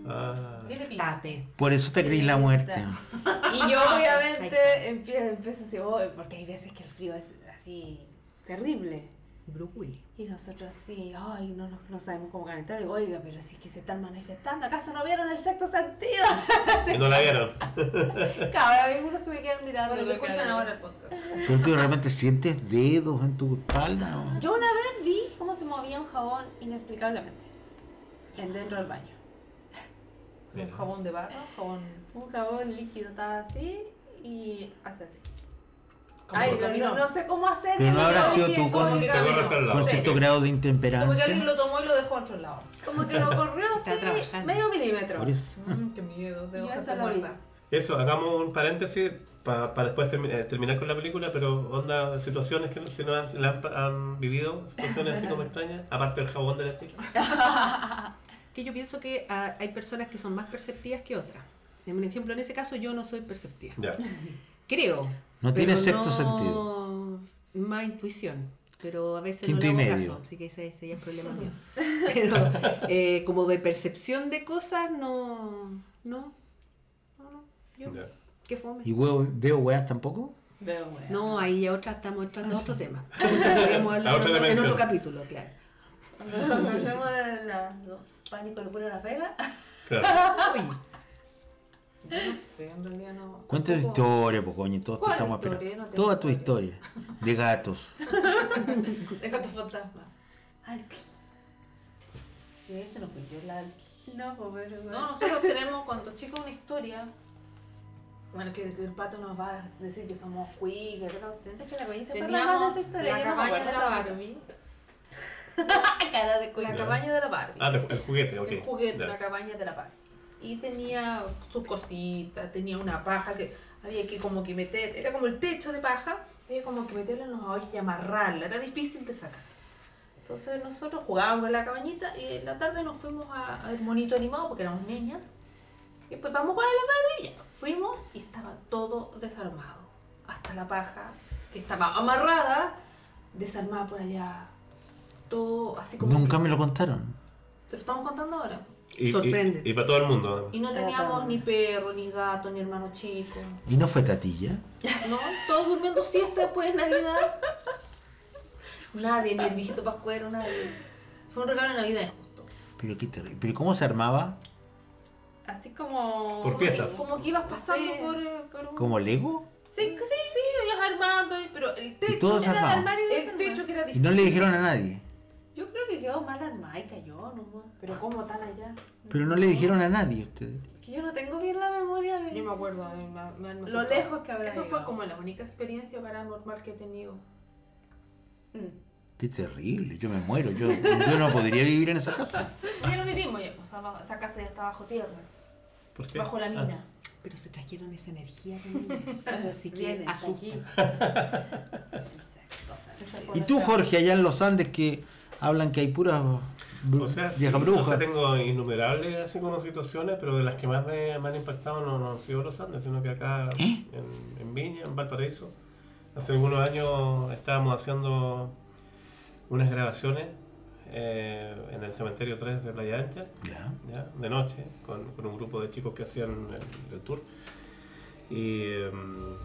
S1: Ah.
S4: Tiene pinta.
S2: Tate.
S5: Por eso te creí la muerte.
S3: Ah,
S4: <laughs>
S3: Y yo
S2: Ahí
S3: obviamente
S2: está.
S3: empiezo, empiezo así, "Oh", porque hay veces que el frío es así terrible.
S2: Bruce Willis.
S3: Y nosotros así, ay, no, no, no sabemos cómo calentar. Y digo, oiga, pero si es que se están manifestando, ¿acaso no vieron el
S4: <laughs>
S3: sexto sentido?
S1: Y no la vieron.
S3: Cabrón, hay unos que me quedan mirando.
S4: Bueno, lo
S3: con cara
S4: escuchan
S3: de-
S4: ahora el podcast.
S5: Pero tú realmente sientes dedos en tu espalda. ¿o?
S3: Yo una vez vi cómo se movía un jabón inexplicablemente. En dentro del baño.
S1: Mira.
S4: Un jabón de barro, jabón.
S3: Un jabón líquido estaba así y, y hace así.
S4: Como
S3: Ay,
S4: lo
S3: no,
S4: combinó.
S3: no- no sé cómo hacer.
S5: Pero no
S3: me
S5: habrá
S3: quedó
S5: sido
S3: un
S5: tú
S3: pie
S5: con-
S3: sobre el
S1: Se
S4: Camino.
S3: <laughs>
S1: corre hacia el lado.
S5: Con
S4: Sí.
S5: cierto grado
S4: Como
S5: de
S4: que alguien
S5: intemperancia.
S4: lo tomó y lo dejó a otro <laughs> lado.
S3: Como que lo corrió
S2: Está
S3: así,
S2: trabajando.
S3: medio milímetro.
S5: Por eso.
S4: Mm, qué miedo,
S3: debo
S4: debo
S3: ser
S4: ser
S3: muerta.
S4: muerta.
S1: Eso, hagamos un paréntesis para después termi- eh, terminar con la película, pero onda, situaciones que no- se nos han, la han- han vivido, situaciones así como extrañas, aparte del jabón de la chica.
S2: Que yo pienso que ah, hay personas que son más perceptivas que otras. Por ejemplo, en ese caso yo no soy perceptiva.
S1: Ya.
S2: Creo. pero
S5: No tiene sexto
S2: no-
S5: sentido.
S2: Más intuición. Pero a veces
S5: Quinto
S2: no
S5: y
S2: le hago
S5: medio.
S2: caso, así que ese, ese ya es problema mío. <laughs> Pero eh, como de percepción de cosas, no. No. No, no. Yo,
S1: ya.
S2: qué fome.
S5: ¿Y huevo- veo weas tampoco?
S4: Veo, weón.
S2: No, ahí ya otra estamos entrando a otro tema.
S1: <laughs>
S2: Podríamos
S1: A otra
S2: hablar en otro- en
S1: dimensión.
S2: otro capítulo, claro.
S3: Nos vemos en la no, pánico locura de Las Vegas.
S1: Claro.
S4: Yo no sé, en realidad no.
S5: Cuenta tu
S4: Tampoco-
S5: historia, pues coño, todos te
S4: ¿Cuál
S5: estamos
S4: historia?
S5: esperando.
S4: No tengo
S5: Toda tu historia
S4: <laughs>
S5: de gatos.
S4: Deja tu fantasma.
S3: Arqui.
S4: Y ese no fui yo, la
S3: No, pues, pero
S4: No, nosotros tenemos cuando chicos una historia. Bueno, que, que el pato nos va a decir que somos cuicas, pero
S3: De hecho, la Barbie se fue la de
S4: Teníamos
S3: esa historia.
S4: la
S3: yo no me
S4: cabaña de
S3: acuerdo
S4: la Barbie.
S3: la cara de
S4: La
S1: Ya.
S3: cuello.
S4: cabaña de la Barbie.
S1: Ah, el juguete, ok.
S4: El juguete,
S1: Ya.
S4: la cabaña de la Barbie. Y tenía sus cositas, tenía una paja que había que como que meter, era como el techo de paja, había como que meterla en los abollos y amarrarla, era difícil de sacar. Entonces nosotros jugábamos en la cabañita y en la tarde nos fuimos a, a ver monito animado porque éramos niñas. Y pues vamos a jugar en la tarde y ya. Fuimos y estaba todo desarmado. Hasta la paja, que estaba amarrada, desarmada por allá. Todo así como...
S5: Nunca
S4: que-
S5: me lo contaron.
S4: Te lo estamos contando ahora.
S1: Y, y-
S2: Sorprende.
S1: Y, para todo el mundo.
S4: Y no
S3: Era
S4: teníamos
S3: tan-
S4: ni perro, ni gato, ni hermano chico.
S5: ¿Y no fue Tatilla?
S4: No, todos durmiendo siesta después de
S5: <laughs>
S4: Navidad. Nadie, ni el viejito pascuero, nadie. Fue un regalo de Navidad. justo.
S5: Pero qué terrible. ¿Pero cómo se armaba?
S4: Así como...
S1: Por piezas.
S4: Como que ibas pasando
S3: Sí.
S4: por, eh, por un...
S5: ¿Como Lego?
S4: Sí, sí, sí, ibas armando, y- pero el techo...
S5: todo
S4: era
S5: desarmado.
S4: el armario El
S3: Desarmado.
S4: techo que era
S5: Y
S4: difícil.
S5: no le dijeron a nadie.
S3: Yo creo que quedó mal armada y cayó nomás. Pero como tan allá.
S5: Pero no le dijeron a nadie ustedes.
S3: Es que yo no tengo bien la memoria de
S4: Yo me acuerdo, a mí me- me- me-
S3: lo lejos que habrá
S4: Eso fue
S3: llegado.
S4: como la única experiencia paranormal que he tenido. <laughs>
S3: Mm.
S5: Qué terrible. Yo me muero. Yo, yo no podría vivir en esa casa.
S4: Ya no vivimos, ya, pues, abajo- esa casa ya está bajo tierra,
S1: ¿Por qué? Ah,
S4: bajo
S5: Ah.
S4: la mina.
S2: Pero se trajeron esa energía de niñas. Así que
S3: Vienen
S4: <laughs>
S2: asustan.
S3: Esa
S5: Y tú, Jorge, allá en los Andes que hablan que hay puras bru-
S1: O sea, sí,
S5: viejas brujas.
S1: o sea, tengo innumerables así como situaciones, pero de las que más me, me han impactado no, no han sido los Andes, sino que acá
S5: ¿Eh?
S1: en, en Viña, en Valparaíso. Hace algunos años estábamos haciendo unas grabaciones eh, en el cementerio 3 de Playa Ancha.
S5: Ya.
S1: ¿ya? de noche, con, con un grupo de chicos que hacían el, el tour. Y eh,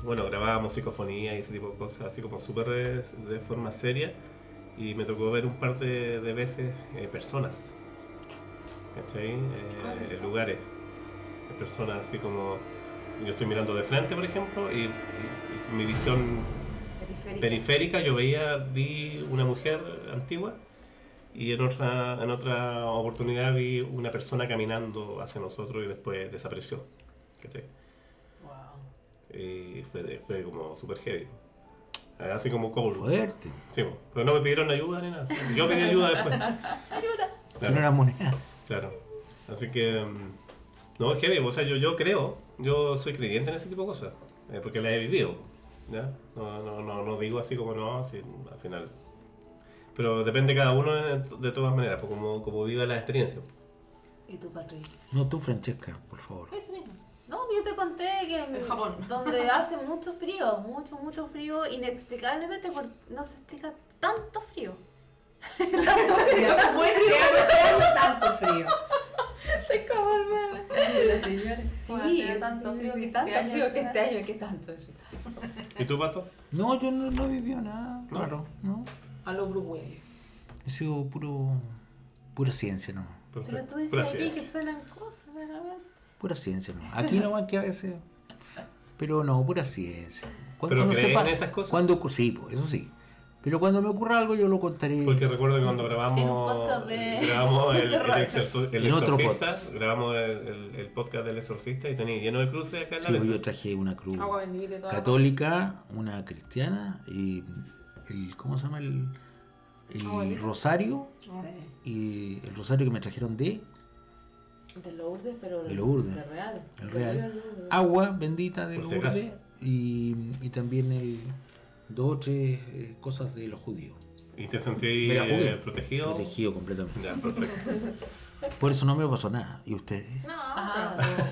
S1: bueno, grabábamos psicofonía y ese tipo de cosas, así como súper de, de forma seria. Y me tocó ver un par de, de veces eh, personas, ¿cachai? Eh, lugares, de personas así como. Yo estoy mirando de frente, por ejemplo, y- y- y mi visión periférica yo veía vi una mujer antigua y en otra en otra oportunidad vi una persona caminando hacia nosotros y después desapareció ¿cachai? y fue, de- fue como super heavy así como cold
S5: Fuerte.
S1: sí, po. pero no me pidieron ayuda ni nada yo pedí ayuda después
S5: Tiene una
S1: claro,
S5: moneda.
S1: claro. así que mm, no es heavy o sea yo, yo creo yo soy creyente en ese tipo de cosas eh, porque las he vivido ¿ya? No, no, no, no digo así como no si al final pero depende cada uno de, de todas maneras, pues como, como viva la experiencia.
S3: ¿Y tú, Patricia?
S5: No tú, Francesca, por favor.
S3: Eso mismo. No, yo te conté que en
S4: En Japón.
S3: donde hace mucho frío, mucho, mucho frío, inexplicablemente por, no se explica tanto frío. <laughs> tanto
S4: <laughs>
S3: frío.
S2: Muy frío, tanto frío.
S3: Estoy como hermana.
S4: Sí,
S3: Sí,
S4: tanto frío que
S3: tanto
S4: este año
S3: frío que
S4: está.
S3: este año, que tanto frío.
S1: ¿Y tú, Pato?
S5: No, yo no, no vivió nada.
S1: No.
S5: Claro, no.
S4: A los uruguayos.
S5: He sido puro. pura ciencia nomás.
S3: Pero tú
S1: Pura
S3: dices aquí
S1: ciencia.
S3: que suenan cosas, de repente.
S5: Pura ciencia nomás. Aquí nomás que a veces. Pero no, pura ciencia. Cuando
S1: ¿Pero
S5: uno
S1: crees
S5: sepa-
S1: en esas cosas?
S5: Cuando, sí, pues, eso sí. Pero cuando me ocurra algo yo lo contaré.
S1: Porque recuerdo que cuando
S3: En un podcast
S1: grabamos,
S3: de-
S1: <laughs> grabamos el,
S3: <laughs> de
S1: el
S3: radio.
S1: exorci- el
S5: En otro
S1: exorcista,
S5: podcast.
S1: grabamos el, el- el podcast del exorcista y tenía lleno de cruces acá en la
S5: Sí, pues,
S1: mesa.
S5: yo traje una cruz
S4: Agua bendita y toda la
S5: católica, una cristiana, y el, ¿cómo se llama? El, el
S4: Agua bendita.
S5: rosario,
S2: Sí.
S5: y el rosario que me trajeron de
S3: De Lourdes, pero
S5: De Lourdes.
S3: de real.
S5: El
S3: De
S5: Real,
S3: Lourdes.
S5: agua bendita de
S1: Por
S5: los
S1: si acaso.
S5: y, y también el, dos o tres eh, cosas de los judíos.
S1: ¿Y te sentí
S5: Me la jugué.
S1: eh, protegido?
S5: Protegido completamente.
S1: Ya, perfecto.
S5: Por eso no me pasó nada. ¿Y ustedes?
S4: No,
S3: Ah,
S4: pero-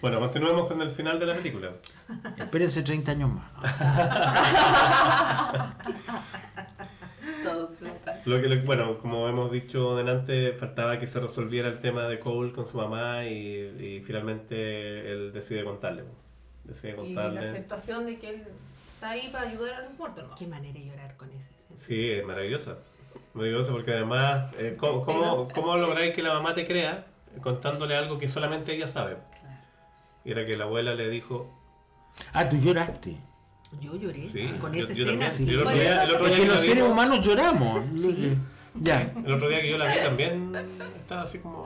S1: Bueno, continuemos con el final de la película.
S5: Espérense 30 años más.
S3: Todos flacos.
S1: Lo que, lo- bueno, como hemos dicho delante, faltaba que se resolviera el tema de Cole con su mamá y, y finalmente él decide contarle. Decide
S4: Y la
S1: contarle.
S4: aceptación de que él está ahí para ayudar a los muertos, ¿no?
S2: Qué manera de llorar con ese. ¿sí?
S1: Sí, es maravillosa. Maravillosa porque además, eh, ¿cómo, cómo, cómo lográis que la mamá te crea contándole algo que solamente ella sabe? Y era que la abuela le dijo...
S5: Ah, tú lloraste.
S2: Yo lloré
S1: Sí,
S2: con
S1: yo-
S2: esa
S1: yo
S2: escena.
S1: también.
S2: sí.
S1: Yo lo
S2: Por
S1: veía-
S2: eso-
S1: el otro día
S5: Porque
S1: que
S5: los
S1: la
S5: seres
S1: vimos-
S5: humanos lloramos.
S2: Sí.
S5: Ya.
S1: El otro día que yo la vi también estaba así como...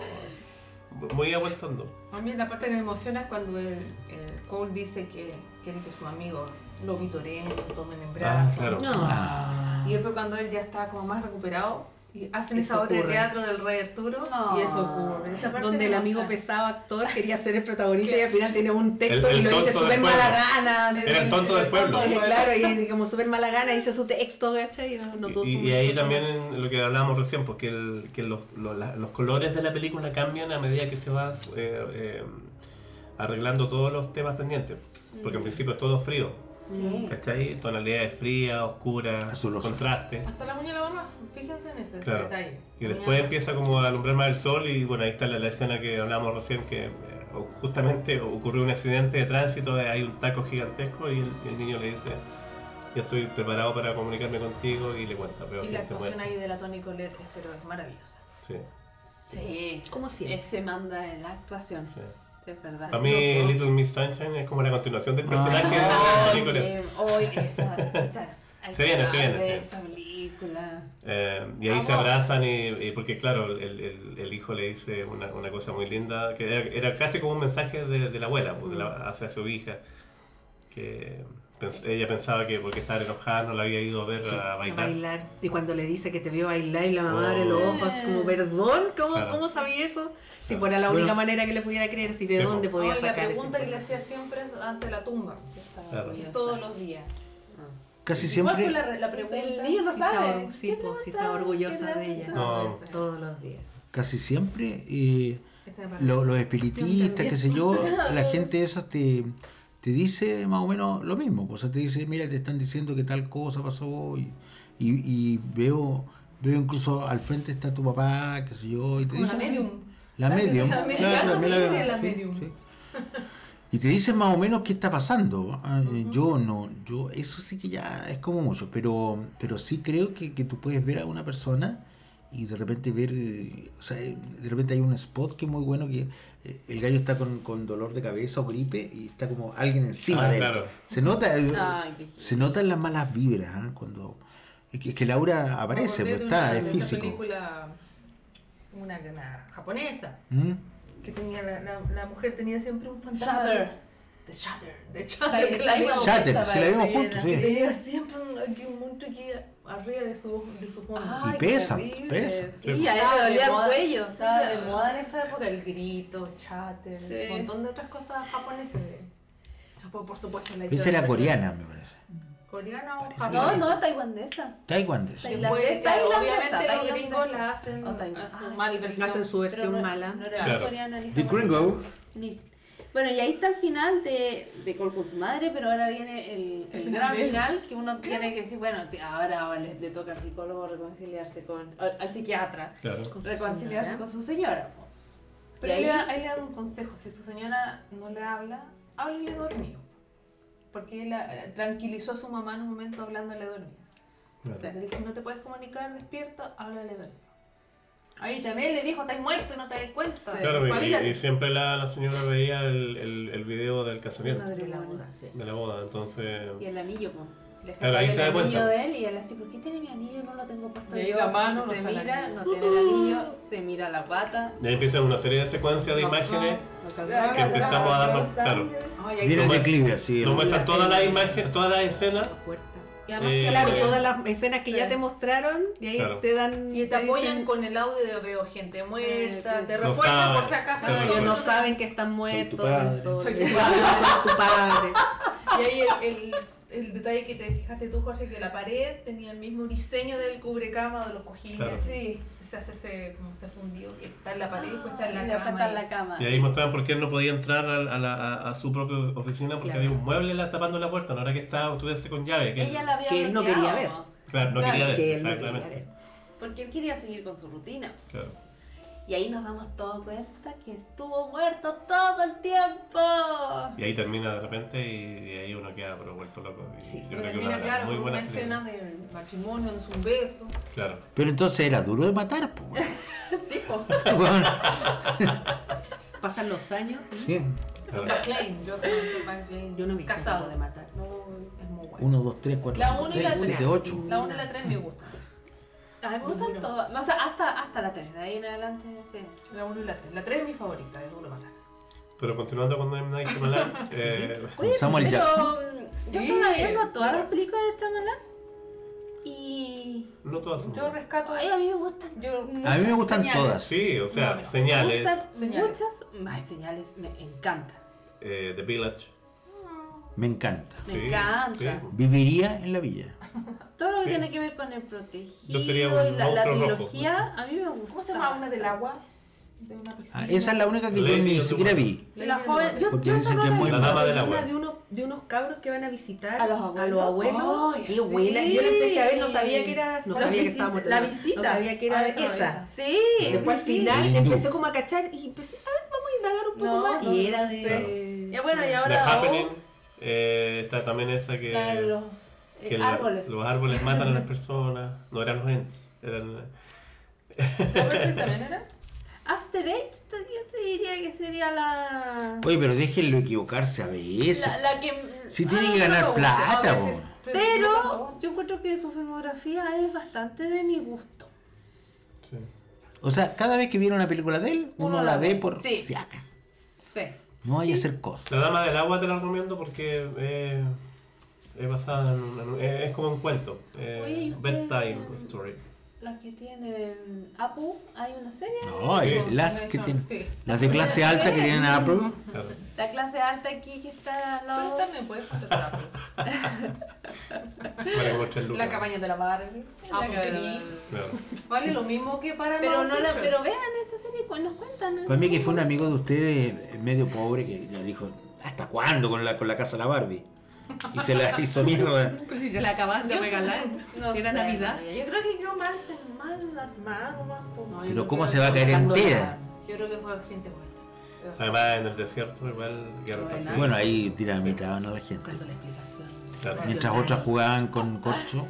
S1: Muy aguantando.
S4: A mí la parte que me emociona es cuando el, el Cole dice que quiere que sus amigos lo vitoreen, lo tomen en brazos.
S1: Ah, claro.
S5: Ah.
S4: Y después cuando él ya está como más recuperado, y hacen
S2: Eso
S4: esa obra de
S2: ocurre. Ah,
S4: teatro del rey Arturo, y eso ocurre. Esa parte
S2: Donde el
S4: me
S2: amigo
S4: emociona.
S2: pesado actor quería ser el protagonista
S4: ¿Qué?
S2: y al final tiene un texto
S1: El- el
S2: y lo dice
S1: tonto del
S2: súper mala
S1: pueblo.
S2: gana. así,
S1: Era el tonto del pueblo.
S2: Oye, claro, y así como súper mala gana dice su texto, ¿cachai? Y, no, no
S1: Y-
S2: todos
S1: y,
S2: son-
S1: y ahí también lo que hablábamos recién, porque el- que los, lo- la- los colores de la película cambian a medida que se va eh, eh, arreglando todos los temas pendientes. Porque al principio es todo frío,
S3: Sí.
S1: ¿cachai? Tonalidades frías, oscuras,
S5: Azulosa.
S1: contrastes.
S4: Hasta la uña de la mamá, fíjense en ese, ese
S1: Claro.
S4: detalle.
S1: Y
S4: Uña-
S1: después empieza como a alumbrar más el sol y bueno, ahí está la, la escena que hablábamos recién, que eh, o- justamente ocurrió un accidente de tránsito, eh, hay un taco gigantesco y el, y el niño le dice, ya estoy preparado para comunicarme contigo y le cuenta. Pero
S4: Y la
S1: gente
S4: actuación
S1: muere.
S4: ahí de la Toni Colette, es- pero es maravillosa.
S1: Sí,
S3: Sí.
S2: Como siempre.
S3: Ese manda en la actuación.
S1: sí.
S3: Sí, es verdad.
S1: Para mí, Little Miss Sunshine es como la continuación del
S5: Ah.
S1: personaje de
S3: Ay,
S1: Nicolás.
S3: bien. Hoy esa.
S1: <laughs>
S3: pucha, hay
S1: Se
S3: que
S1: viene, se
S3: hablar
S1: viene,
S3: de
S1: sí.
S3: Esa película.
S1: Eh, y ahí se
S3: Vamos.
S1: abrazan, y, y porque claro, el, el- el hijo le dice una, una cosa muy linda, que era, era casi como un mensaje de, de la abuela pues, de la- hacia su hija, que pens- ella pensaba que porque estaba enojada no la había ido a ver a
S2: A
S1: bailar.
S2: bailar. Y cuando le dice que te vio bailar y la mamá abre los
S1: Oh.
S2: ojos, como, perdón, ¿cómo,
S1: Claro.
S2: cómo sabía eso? Si
S1: Claro.
S2: fuera la única
S5: Bueno.
S2: manera que le pudiera creer, si de
S1: Sí,
S2: dónde
S1: po.
S2: podía
S4: No, y la
S2: sacar esa
S4: pregunta que le
S2: información.
S4: hacía siempre es ante la tumba,
S3: Está
S1: Claro.
S3: maravillosa.
S4: todos los días.
S5: Casi
S4: ¿Cuál fue
S5: siempre.
S4: la, re- la pregunta?
S3: El niño no
S2: Sí,
S3: sabe.
S2: estaba- sí,
S3: ¿Qué
S2: po, sí,
S3: pregunta?
S2: estaba orgullosa
S3: ¿Qué le
S2: de
S3: hace
S2: ella.
S3: esta
S1: No.
S3: cosa?
S2: Todos los días.
S5: Casi siempre. eh,
S4: Esa parte.
S5: lo- los espiritistas, qué sé yo, la gente esa te, te dice más o menos lo mismo. O sea, te dice, mira, te están diciendo que tal cosa pasó y, y- y veo, veo incluso al frente está tu papá, qué sé yo, y te
S4: Como la
S5: dicen...
S4: medium.
S5: La
S4: La medium.
S5: medium. claro,
S4: Claro,
S5: también
S4: sí, tiene la
S5: sí,
S4: medium.
S5: sí. Y te dicen más o menos qué está pasando. Ah, eh, Yo no, yo, eso sí que ya es como mucho, pero, pero sí creo que, que tú puedes ver a una persona y de repente ver, eh, o sea, eh, de repente hay un spot que es muy bueno que eh, el gallo está con, con dolor de cabeza o gripe y está como alguien encima
S1: Ah,
S5: de él.
S1: claro.
S5: Se nota, eh,
S3: Ay, qué
S5: se notan las malas vibras ah, cuando... Es que, es que Laura aparece,
S4: Me
S5: pues
S4: acordé de
S5: está,
S4: una-
S5: es
S4: de Una
S5: físico.
S4: película, una, una japonesa,
S5: ¿Mm?
S4: que tenía la, la, la mujer tenía siempre un fantasma.
S3: Shutter.
S4: The Shutter, The
S3: Ahí-
S4: Shutter, que la
S3: ahí
S4: vimos.
S3: vamos.
S5: Shatter, si la vimos
S3: Sí,
S5: juntos, sí.
S4: Y Tenía siempre un, aquí un monstruo aquí arriba de su, de su fondo.
S3: Ay, qué
S5: pesa,
S3: horrible.
S5: pesa.
S3: Sí, a él le dolía el cuello.
S4: Estaba de
S3: sí,
S4: moda en esa época el grito, Shutter,
S3: Sí.
S4: un montón de otras cosas japonesas. Por, por supuesto, la
S5: Esa era coreana, me parece.
S4: Coreana o
S5: Parece que
S3: Ah, No,
S4: japonesa.
S3: no, taiwanesa.
S5: Taiwanés.
S3: Tailandesa,
S4: Después, claro,
S3: tailandesa,
S4: obviamente los
S3: tailandesa.
S4: gringos la Ah, hacen
S3: O taiwan-
S4: a su mal
S3: Ay,
S2: La hacen su
S3: Pero
S2: versión
S3: no-
S2: mala.
S3: no era
S1: Claro.
S3: coreana ni
S5: The
S3: japonesa.
S5: Gringo.
S3: Ni- Bueno, y ahí está el final de, de Col con su madre, pero ahora viene el, el
S4: final
S3: gran
S4: de él.
S3: final que uno tiene que decir, bueno, te- ahora o le, le toca al psicólogo reconciliarse con, al, al psiquiatra,
S1: Claro.
S2: Con su
S3: reconciliarse
S2: señora.
S3: con su señora. po.
S4: Pero
S3: Y
S4: ahí,
S3: ahí-
S4: le- ahí le dan un consejo, si su señora no le habla, háblele dormido. Porque él eh, tranquilizó a su mamá en un momento hablándole dormido.
S1: claro.
S4: O sea, le dijo, no te puedes comunicar despierto, háblale dormido. Ahí también le dijo, estás muerto, no te das cuenta.
S1: Claro, y- y,
S4: espabilate".
S1: siempre la, la señora veía el, el- el video del casamiento,
S3: Madre la boda.
S1: de la boda, entonces...
S3: Y el anillo, po.
S1: Claro, ahí
S3: el
S1: se da
S3: anillo
S1: cuenta.
S3: de él y él así, ¿por qué tiene mi anillo? No lo tengo puesto.
S4: Y ahí
S3: yo".
S4: la mano, no
S3: se
S4: está el
S3: mira,
S4: anillo.
S3: no tiene el anillo, se mira la pata.
S1: Y ahí empiezan una serie de secuencias de
S4: No,
S1: imágenes
S4: no, no calma.
S1: que empezamos a darnos. Claro,
S4: Ay, ahí-
S5: Viene el
S1: Nos muest-
S5: declive, así.
S1: nos
S5: el-
S1: muestran todas las imágenes, todas las escenas.
S2: puerta.
S4: y además
S1: Eh,
S4: te
S2: Claro,
S4: apoyan.
S2: todas las escenas que ya
S3: Sí.
S2: te mostraron y ahí
S1: Claro.
S2: te dan.
S4: Y te apoyan
S2: dicen
S4: con el audio de veo gente muerta, te
S1: No
S4: refuerzan
S1: saben,
S4: por si acaso.
S1: te
S2: que
S1: refuerzan.
S2: no saben que están
S5: Soy tu
S2: muertos.
S5: padre.
S2: no son-
S4: Soy tu padre.
S2: Soy tu padre.
S4: Y ahí el, el- el detalle que te fijaste tú, Jorge, que la pared tenía el mismo diseño del cubrecama o de los cojines.
S1: Claro.
S3: Sí.
S4: Entonces se hace ese, como se fundió, que está en la pared y después está
S3: Ah,
S4: en la
S3: y
S4: cama.
S3: después está en la cama.
S1: Y ahí mostraban por qué él no podía entrar a, a la- a- a su propia oficina porque
S2: Claro.
S1: había un mueble la- tapando la puerta, no era que estaba estuviese con llave. Que,
S3: Ella la había
S2: Que él no quería
S3: bloqueado,
S2: ver.
S1: claro, no
S3: Claro,
S1: quería ver,
S2: Que él no
S1: exactamente.
S2: quería ver.
S3: Porque él quería seguir con su rutina.
S1: Claro.
S3: Y ahí nos damos todos cuenta que estuvo muerto todo el tiempo.
S1: Y ahí termina de repente y, y ahí uno queda pero vuelto loco. Y
S2: Sí,
S1: yo creo que una,
S4: Termina,
S1: de las
S4: claro,
S1: muy
S4: con una
S1: buena
S4: escena de matrimonio en su beso.
S1: Claro.
S5: Pero entonces era duro de matar, po.
S1: <laughs>
S4: Sí, po.
S5: Bueno,
S2: Pasan los años.
S5: sí.
S1: claro.
S4: McLean, yo conozco McLean.
S2: Yo no vi
S4: Casado.
S2: de matar.
S4: No, es muy bueno.
S5: 1, 2, 3, 4,
S4: La
S5: 5,
S4: uno y
S5: 6,
S4: la
S5: 7,
S4: tres.
S5: 8.
S4: La 1 y la 3 me gustan.
S3: A mí me gustan todas. No, o sea, hasta, hasta la 3, de ahí en adelante, sí.
S4: La 1 y la 3. La 3 es mi favorita, de duro de matar.
S1: Pero continuando con M. Night Shyamalan,
S4: <laughs>
S1: eh,
S5: Con Samuel
S3: pero
S5: Jackson.
S3: yo
S4: Sí.
S3: estaba viendo todas las películas de Shyamalan y...
S1: no todas son
S4: Yo
S1: buenas.
S4: rescato.
S3: Ay, a mí me gustan
S4: Yo,
S5: A mí me gustan
S4: señales.
S5: todas.
S1: Sí, o sea,
S4: No, no.
S3: me
S1: señales,
S3: gustan
S4: Señales.
S3: muchas... Ay, señales, me encantan.
S1: eh, The Village.
S5: Me encanta.
S3: Me
S1: Sí,
S3: encanta.
S1: sí.
S5: Viviría en la villa.
S3: Todo lo que
S1: Sí.
S3: tiene que ver con el protegido
S1: Yo sería un
S3: y la, la
S1: monstruo rojo.
S3: trilogía, a mí me gusta.
S4: ¿Cómo se llama una del
S3: bastante.
S4: agua? De una piscina.
S5: Ah, esa es la única que yo
S1: Lady
S5: ni
S1: Otuma.
S5: siquiera vi.
S3: La joven, yo,
S5: Porque
S3: yo
S5: dicen
S3: esa no
S5: que es
S3: la
S5: muy
S3: vi.
S1: La dama del
S2: Una
S1: agua.
S2: de, uno, de unos cabros que van a visitar
S3: ¿A los abuelos?
S2: abuelos.
S4: Ay,
S2: Qué
S4: sí.
S2: buena. Yo la empecé a ver, no sabía que era. No
S3: La
S2: sabía que
S3: visita-
S2: estaba muerta.
S3: la visita.
S2: No sabía que era
S4: Ah,
S2: de
S4: esa no
S2: esa.
S4: era.
S3: Sí.
S2: Después al
S3: sí, sí.
S2: final
S5: Hindú.
S2: empecé como a cachar y empecé, a ver, vamos a indagar un poco
S3: No,
S2: más.
S3: no,
S2: y era
S1: claro.
S2: de.
S3: Ya bueno, y
S1: The
S3: ahora
S1: Happening, eh, está también esa que...
S3: la de los eh,
S1: que la-
S3: árboles.
S1: los árboles matan a
S3: <laughs>
S1: las personas. No eran los Ents, eran...
S4: ¿Cómo también era?
S3: After Eight, te- yo te diría que sería la...
S5: Oye, pero déjenlo equivocarse a veces.
S3: La, la que...
S5: Pues Si
S3: Ah,
S5: tiene que ganar plata, po.
S3: Pero yo encuentro que su filmografía es bastante de mi gusto.
S1: Sí.
S5: O sea, cada vez que viene una película de él, uno, la ve por
S4: Sí.
S5: si acá.
S4: Sí.
S5: No hay que hacer cosas.
S1: La Dama del Agua te la recomiendo porque eh, es basada en... un- en- eh, es como un cuento. eh,
S3: Oye, ¿y ustedes-
S1: bedtime story.
S3: La que tienen Apu, hay una serie.
S5: No, hay
S1: Sí.
S5: las que tienen-
S4: Sí.
S5: las de clase alta que tienen Apple.
S3: <laughs>
S1: Claro.
S3: La clase alta aquí que está al
S4: Pero
S3: lado.
S4: también puedes contratar Apple.
S1: Vale como tres lucas.
S4: La cabaña de la Barbie.
S5: Ah,
S4: Apple TV.
S1: Claro.
S4: Vale lo mismo que para
S3: Pero no la,
S4: Pictures.
S3: pero vean esa serie, pues nos cuentan.
S5: Para mí que fue un amigo de ustedes, eh, medio pobre, que ya dijo, ¿hasta cuándo con la, con la casa de la Barbie? Y se la hizo mierda.
S2: Pues si se la acaban de regalar.
S3: No
S2: Era
S3: sé,
S2: Navidad.
S3: no,
S4: Yo creo que yo más mal normal o más po- no, yo
S5: Pero
S4: creo
S5: ¿cómo
S4: que
S5: se va a caer
S4: fue-
S5: entera?
S4: Yo creo que fue gente muerta.
S1: Además en el desierto igual guerra
S4: Bueno.
S1: pacífica.
S5: Bueno, ahí dinamitaban a la gente.
S4: Buscando la explicación.
S1: Claro.
S5: Mientras otras jugaban con corcho,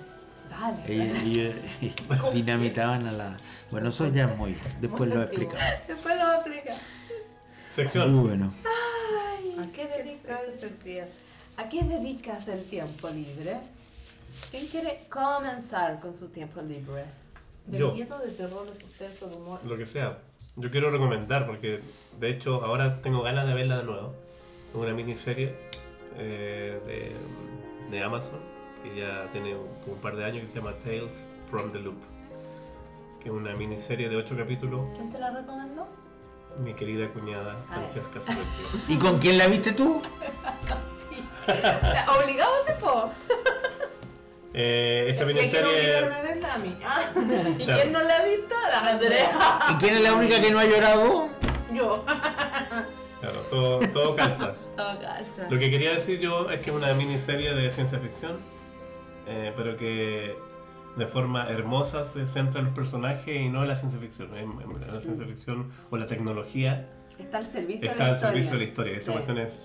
S4: Dale.
S5: ellos, ellos eh,
S4: <laughs>
S5: dinamitaban a la... Bueno, eso ya es muy... Después lo explicamos.
S3: Después lo aplica.
S1: Sección.
S5: Muy bueno.
S3: ¿A qué dedicas el tiempo? ¿A qué dedicas el tiempo libre? ¿Quién quiere comenzar con su tiempo libre?
S4: De
S1: Yo.
S4: miedo, de terror, de suspenso, de humor.
S1: lo que sea. Yo quiero recomendar, porque de hecho ahora tengo ganas de verla de nuevo. Es Una miniserie eh, de, de Amazon que ya tiene un, como un par de años que se llama Tales from the Loop. Que es una miniserie de 8 capítulos.
S3: ¿Quién te la recomendó?
S1: Mi querida cuñada
S3: Ay.
S1: Francesca
S4: <laughs>
S1: Silvestri.
S5: ¿Y con quién la viste tú?
S4: ¿Obligado a ese po?
S1: Eh, esta
S4: ¿Y a quién obligaron
S1: miniserie.
S4: a verla? A mí. Ah, <laughs>
S1: ¿Y Claro.
S4: ¿Y
S1: quién
S4: quién
S1: no
S4: no la ha visto? La Andrea.
S5: ¿Y quién es la única que no ha llorado?
S4: Yo.
S1: Claro, todo, todo calza.
S3: Oh, calza.
S1: Lo que quería decir yo es que es una miniserie de ciencia ficción, eh, pero que de forma hermosa se centra en los personajes y no en la ciencia ficción. En, en- en la ciencia ficción o la tecnología
S3: Está al servicio
S1: está al
S3: de la historia.
S1: servicio de la historia. Esa
S3: Sí.
S1: cuestión es,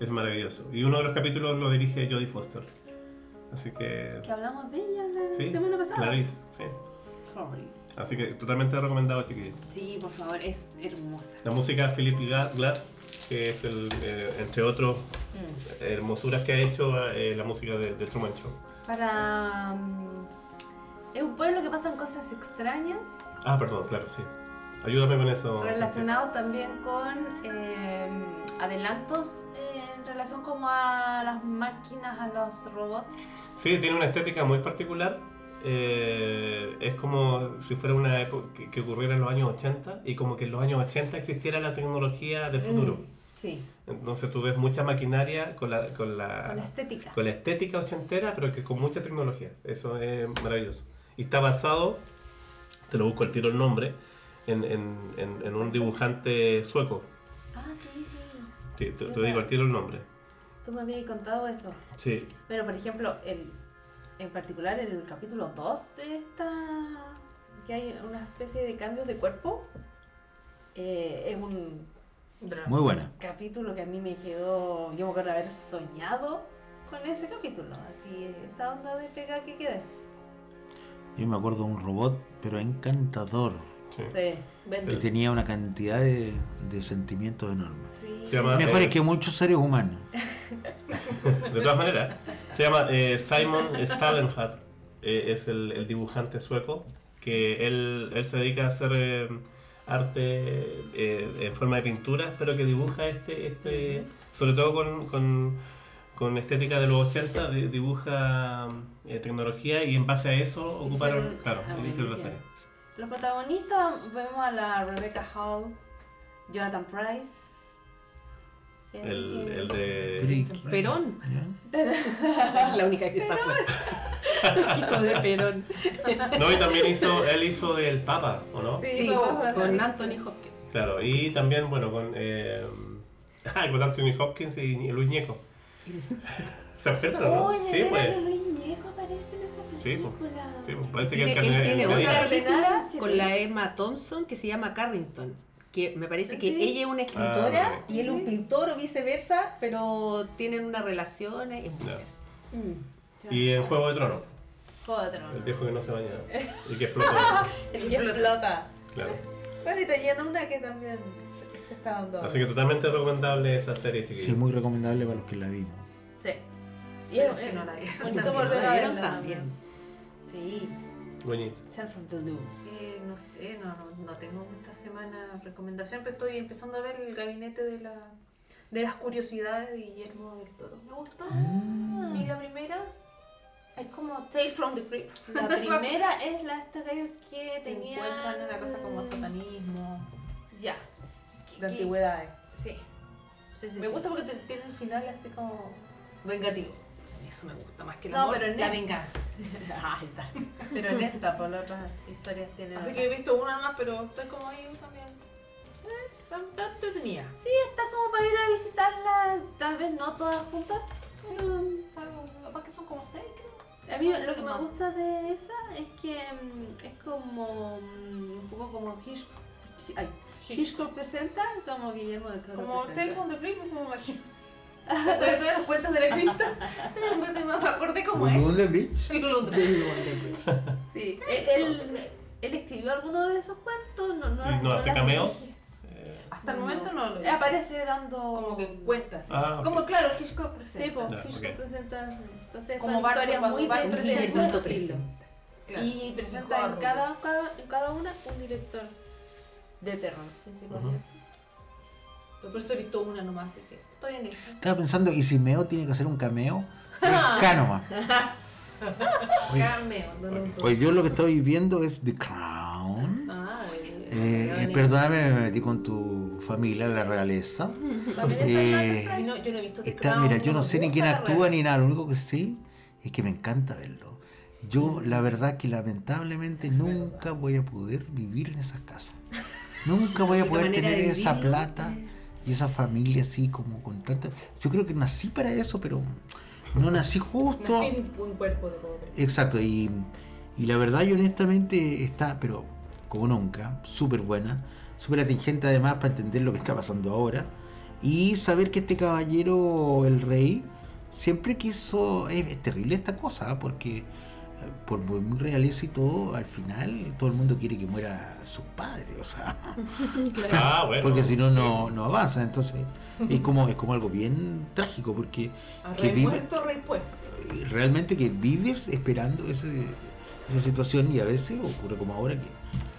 S1: es maravilloso. Y uno de los capítulos lo dirige Jodie Foster. Así que...
S3: Que hablamos de ella la
S1: Sí,
S3: semana pasada.
S1: Clarice, sí.
S3: Sorry.
S1: Así que totalmente recomendado, chiquillos.
S3: Sí, por favor, es hermosa.
S1: La música de Philip Ga- Glass, que es el, eh, entre otros,
S3: Mm.
S1: hermosuras que ha hecho eh, la música de, de Truman Show.
S3: Para. mm, es un pueblo que pasan cosas extrañas
S1: Ah, perdón, claro, sí. Ayúdame con eso.
S3: relacionados también con eh, adelantos eh, en relación como a las máquinas, a los robots.
S1: Sí, tiene una estética muy particular. Eh, es como si fuera una época que, que ocurriera en los años 80 y como que en los años 80 existiera la tecnología
S3: Mm,
S1: del futuro.
S2: Sí.
S1: Entonces tú ves mucha maquinaria con la, con la,
S3: Con la estética.
S1: con la estética ochentera, pero que con mucha tecnología. Eso es maravilloso. Y está basado, te lo busco al tiro el nombre, en, en- en- en un dibujante sueco.
S3: Ah, sí, sí.
S1: Sí, te, te digo al tiro el nombre.
S3: Tú me habías contado eso.
S1: Sí,
S3: Pero, por ejemplo, el, en particular el capítulo 2 de esta. que hay una especie de cambios de cuerpo. eh, es un
S5: Muy buena.
S3: capítulo que a mí me quedó. Yo me acuerdo haber soñado con ese capítulo. Así, esa onda de pega que queda.
S5: Yo me acuerdo de un robot, pero encantador,
S1: sí.
S3: Sí,
S5: que
S3: Bentley.
S5: tenía una cantidad de, de sentimientos enormes.
S3: Sí.
S1: Se llama- Ah,
S5: Mejores
S1: es-
S5: que muchos seres humanos.
S1: De todas maneras, se llama eh, Simon Stalenhardt. Eh, es el, el dibujante sueco que él, él se dedica a hacer eh, arte eh, en forma de pinturas, pero que dibuja este, este sobre todo con, con- con estética de los 80, di- dibuja eh, tecnología y en base a eso ocuparon,
S3: Hicieron-
S1: claro,
S3: ah,
S1: hicieron la
S3: buenísimo.
S1: serie.
S3: Los protagonistas vemos a la Rebecca Hall, Jonathan Price. Así
S1: El,
S3: que-
S1: el de...
S5: Friki.
S2: Perón.
S5: ¿Ya?
S2: <laughs> Es la única que se acuerda. Hizo de Perón.
S1: No, y también hizo, él hizo del Papa, ¿o no?
S2: Sí, con, con Anthony Hopkins.
S1: Claro, y también, bueno, con, eh, <laughs> ah, con Anthony Hopkins y Ni- Luis
S3: <laughs>
S1: Ñeco. ¿Se acuerdan, no?
S3: Oye,
S1: Sí, pues.
S3: Luis Ñejo aparece en esa
S1: Sí, pues.
S3: película.
S1: Sí, pues, parece que
S2: Tiene-
S1: el
S2: él
S1: carnet-
S2: tiene
S1: el-
S2: otra
S3: Cardenal
S2: película
S3: Anthony.
S2: con la Emma Thompson que se llama Carrington. Que me parece que
S3: Sí.
S2: ella es una
S1: Ah,
S2: escritora
S1: ok.
S2: y él un pintor o viceversa, pero tienen una relación. eh,
S1: Ya.
S2: mm.
S1: Y en Juego de Tronos,
S3: Otro.
S1: el viejo que no se
S3: <laughs>
S1: baña y que explota.
S3: El que explota.
S1: Claro.
S3: Bueno, y te llena una que también se, se está dando.
S1: Así que totalmente recomendable esa serie, chiquillos.
S5: Sí, muy recomendable para los que la vimos.
S3: Sí. Y
S4: Pero
S3: es
S4: que no la vieron.
S2: Los que
S3: bonito
S2: no
S3: volver
S2: la
S3: a
S2: vieron
S3: verla
S2: también.
S3: Sí.
S1: Goñito.
S3: Self of the Loom.
S4: Eh, no sé, no, no, no tengo esta semana recomendación, pero estoy empezando a ver el gabinete de, la, de las curiosidades de Guillermo del Toro. Me gustó.
S5: Mm.
S4: Y la primera es como Tale from the Crypt.
S3: La primera es la esta que, que
S4: Te
S3: tenía.
S4: encuentran una cosa como satanismo,
S3: Ya.
S4: de
S3: Que-
S4: antigüedades.
S3: Sí. Sí, sí,
S4: Me
S3: sí.
S4: gusta porque te- tiene un final así como vengativos. Eso me gusta más que el
S3: No,
S4: amor,
S3: pero en
S4: la
S3: esta.
S4: venganza. Ahí está.
S3: Pero en esta, por las otras historias tienen.
S4: Así
S3: otras.
S4: que he visto una más, pero estoy como ahí también. Eh, Está está entretenida.
S3: está como para ir a visitarla, tal vez no todas juntas. mm,
S4: Capaz que son como seis, creo.
S3: A mí lo que me gusta de esa es que mm, es como mm, un poco como Hitch- ay, Hitchcock presenta, como Guillermo del Toro.
S4: Como
S3: presenta.
S4: Tales from the Crypt, eso me <laughs> imagino. Pero todas las cuentas de la cripta. Sí, pues, me acordé como es.
S5: Moon de Bridge?
S3: Sí, él, él, él escribió alguno de esos cuentos. No, no,
S1: ¿Y no hace
S3: las
S1: cameos?
S3: dirige.
S1: Eh,
S4: Hasta el momento no lo
S3: Él aparece dando.
S4: Como que cuentas.
S1: ah, ok.
S4: Como claro, Hitchcock
S3: Sí,
S4: presenta.
S3: pues
S1: Ya,
S3: Hitchcock
S1: ok.
S3: presenta. Entonces,
S4: Como
S3: son
S4: Barto,
S3: historias
S4: cuando
S3: muy
S4: Barto
S3: dentro de su
S2: Guillermo
S3: estilo.
S2: presenta.
S4: Y
S3: Y presenta en cada, cada- en cada una un director de terror, principalmente.
S4: Por eso he visto una nomás, así que estoy en eso.
S5: Estaba pensando, ¿y si Meo tiene que hacer un cameo?
S3: Ah. <laughs>
S5: Cánoma. Oye,
S4: Cameo, no lo
S5: Pues yo lo que estoy viendo es The Crown.
S4: Ah, bueno.
S5: Eh, eh, perdóname, me metí con tu familia,
S2: <laughs>
S5: la realeza. Eh,
S4: Y no, yo no he visto The
S5: Está,
S4: Crown,
S5: mira, yo no
S4: me
S5: sé ni
S4: gusta
S5: quién
S4: la
S5: actúa
S4: realeza.
S5: ni nada, lo único que sé es que me encanta verlo. Yo la verdad que lamentablemente nunca voy a poder vivir en esas casas. Nunca
S2: <laughs>
S5: voy a
S2: La
S5: poder
S2: manera
S5: tener
S2: de
S5: esa
S2: vivirlo,
S5: plata y esa familia así como con tanta... Yo creo que nací para eso, pero no nací justo.
S4: Nací en un cuerpo de pobre.
S5: Exacto, y, y la verdad y honestamente está, pero como nunca, súper buena, súper atingente además para entender lo que está pasando ahora y saber que este caballero, el rey, siempre quiso, es, es terrible esta cosa, ¿ah? porque por muy, muy realeza y todo, al final todo el mundo quiere que muera sus padres, o sea,
S1: Ah, bueno.
S5: porque si no, no, no avanza. Entonces, es como, es como algo bien trágico, porque
S4: A
S5: que
S4: rey
S5: vive-
S4: muerto, rey puesto.
S5: eh, realmente que vives esperando ese- esa situación y a veces ocurre como ahora que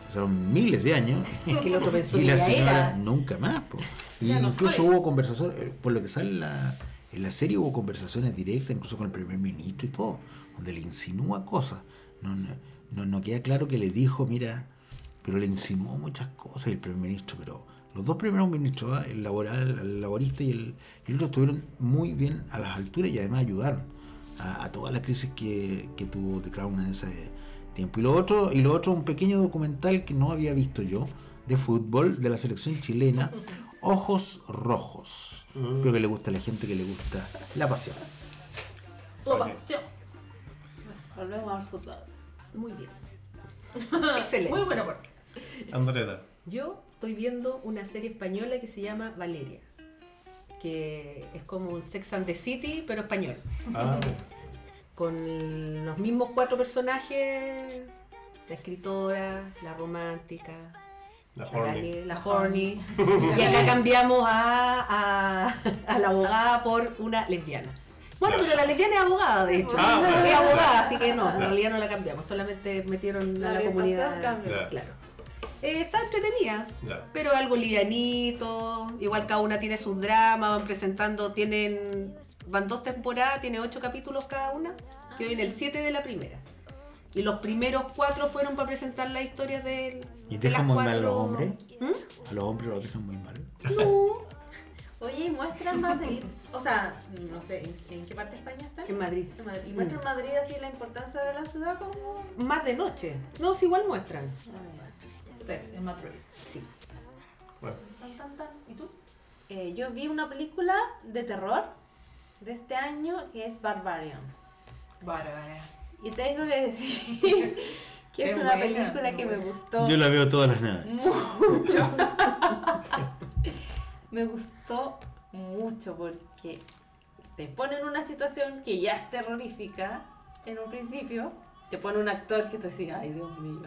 S5: pasaron miles de años
S2: Que el otro pensó
S5: <laughs> y
S2: que
S5: la
S2: ya
S5: señora
S2: era.
S5: nunca más. po. Y
S4: Ya no
S5: incluso
S4: soy.
S5: hubo conversaciones, eh, por lo que sale en la, en la serie, hubo conversaciones directas, incluso con el primer ministro y todo, donde le insinúa cosas. No, no, no, no queda claro que le dijo, mira, pero le insinuó muchas cosas y el primer ministro, pero los dos primeros ministros, ah, el, laboral, el laborista y el, y el otro, estuvieron muy bien a las alturas y además ayudaron a, a todas las crisis que, que tuvo The Crown en ese tiempo. Y lo otro, y lo otro, un pequeño documental que no había visto yo de fútbol de la selección
S3: <laughs>
S5: chilena, Ojos Rojos. Creo que le gusta a la gente que le gusta la pasión.
S4: Lo vació.
S3: Pues, volvemos al fútbol.
S2: Muy bien. Excelente.
S4: Muy buena parte.
S1: Andrés,
S2: Yo estoy viendo una serie española que se llama Valeria, que es como un Sex and the City, pero español,
S1: Ah,
S2: con los mismos cuatro personajes, la escritora, la romántica,
S3: <laughs>
S1: la
S2: la,
S1: horny.
S2: gane- la
S1: <laughs>
S2: horny, y acá cambiamos a, a, a la abogada por una lesbiana. Bueno, pero la lesbiana es abogada, de hecho.
S1: Ah, bueno.
S2: es abogada, así que no, en
S1: Claro.
S2: realidad no la cambiamos, solamente metieron
S3: La
S2: a la
S3: orientación
S2: comunidad.
S3: cambia.
S2: Claro. Eh, está entretenida,
S1: Ya.
S2: pero algo livianito, igual cada una tiene sus dramas, van presentando, tienen, van dos temporadas, tiene ocho capítulos cada una, que hoy en el siete de la primera. Y los primeros cuatro fueron para presentar las historias del...
S5: ¿Y
S2: de las
S5: dejan muy mal a los
S2: cuatro-
S5: hombres?
S2: ¿Mm?
S5: A los hombres los dejan muy mal.
S2: No,
S3: Oye, y muestran Madrid, <laughs> o sea, no sé en, en qué Mm. parte de España están.
S2: en Madrid.
S3: En Madrid. Y muestran Madrid así la importancia de la ciudad como.
S2: Mm. Más de noche. No, si igual muestran.
S4: Sex en Madrid.
S2: Sí.
S1: Bueno,
S4: Tan, tan, tan. ¿Y tú?
S3: Eh, yo vi una película de terror de este año que es Barbarian.
S4: Bárbara.
S3: Y tengo que
S4: <laughs>
S3: decir que es,
S4: Es
S3: una
S4: buena,
S3: película
S4: muy
S3: que me
S4: buena.
S3: gustó
S5: la veo todas las naves.
S3: mucho. me gustó mucho porque te ponen en una situación que ya es terrorífica en un principio. Te pone un actor que tú dices, ay Dios mío.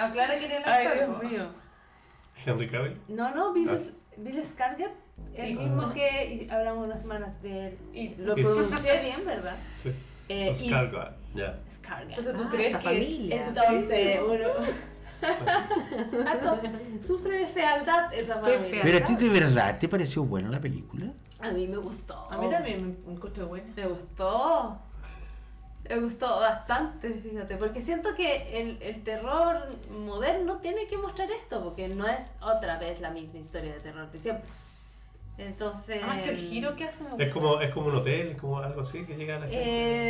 S4: Aclara que era el
S3: Ay
S4: actor.
S3: Dios mío.
S1: Henry Cavill.
S3: No, no,
S1: Ah.
S3: Bill, Bill Scarget, el
S4: Y-
S3: mismo que hablamos unas semanas de él. Y lo
S1: Sí. <laughs>
S3: pronuncié bien, ¿verdad?
S1: Sí.
S3: Eh, y-
S1: Scarga. Ya.
S3: Scarget.
S4: Entonces, ¿tú
S2: Ah,
S4: crees
S2: esa
S4: que
S2: familia.
S3: Entonces, uno. <laughs> Harto, sufre de fealdad esa
S2: Fue
S3: familia.
S5: Pero a ti de verdad te pareció buena la película.
S3: A mí me gustó.
S4: A mí también me encontré buena.
S3: Me gustó. Me gustó bastante, fíjate. Porque siento que el, el terror moderno tiene que mostrar esto, porque no es otra vez la misma historia de terror de siempre. Entonces.
S4: Además que el
S2: Eh,
S4: giro que hace me gusta.
S1: Es como, es como un hotel, es como algo así que llega a la gente.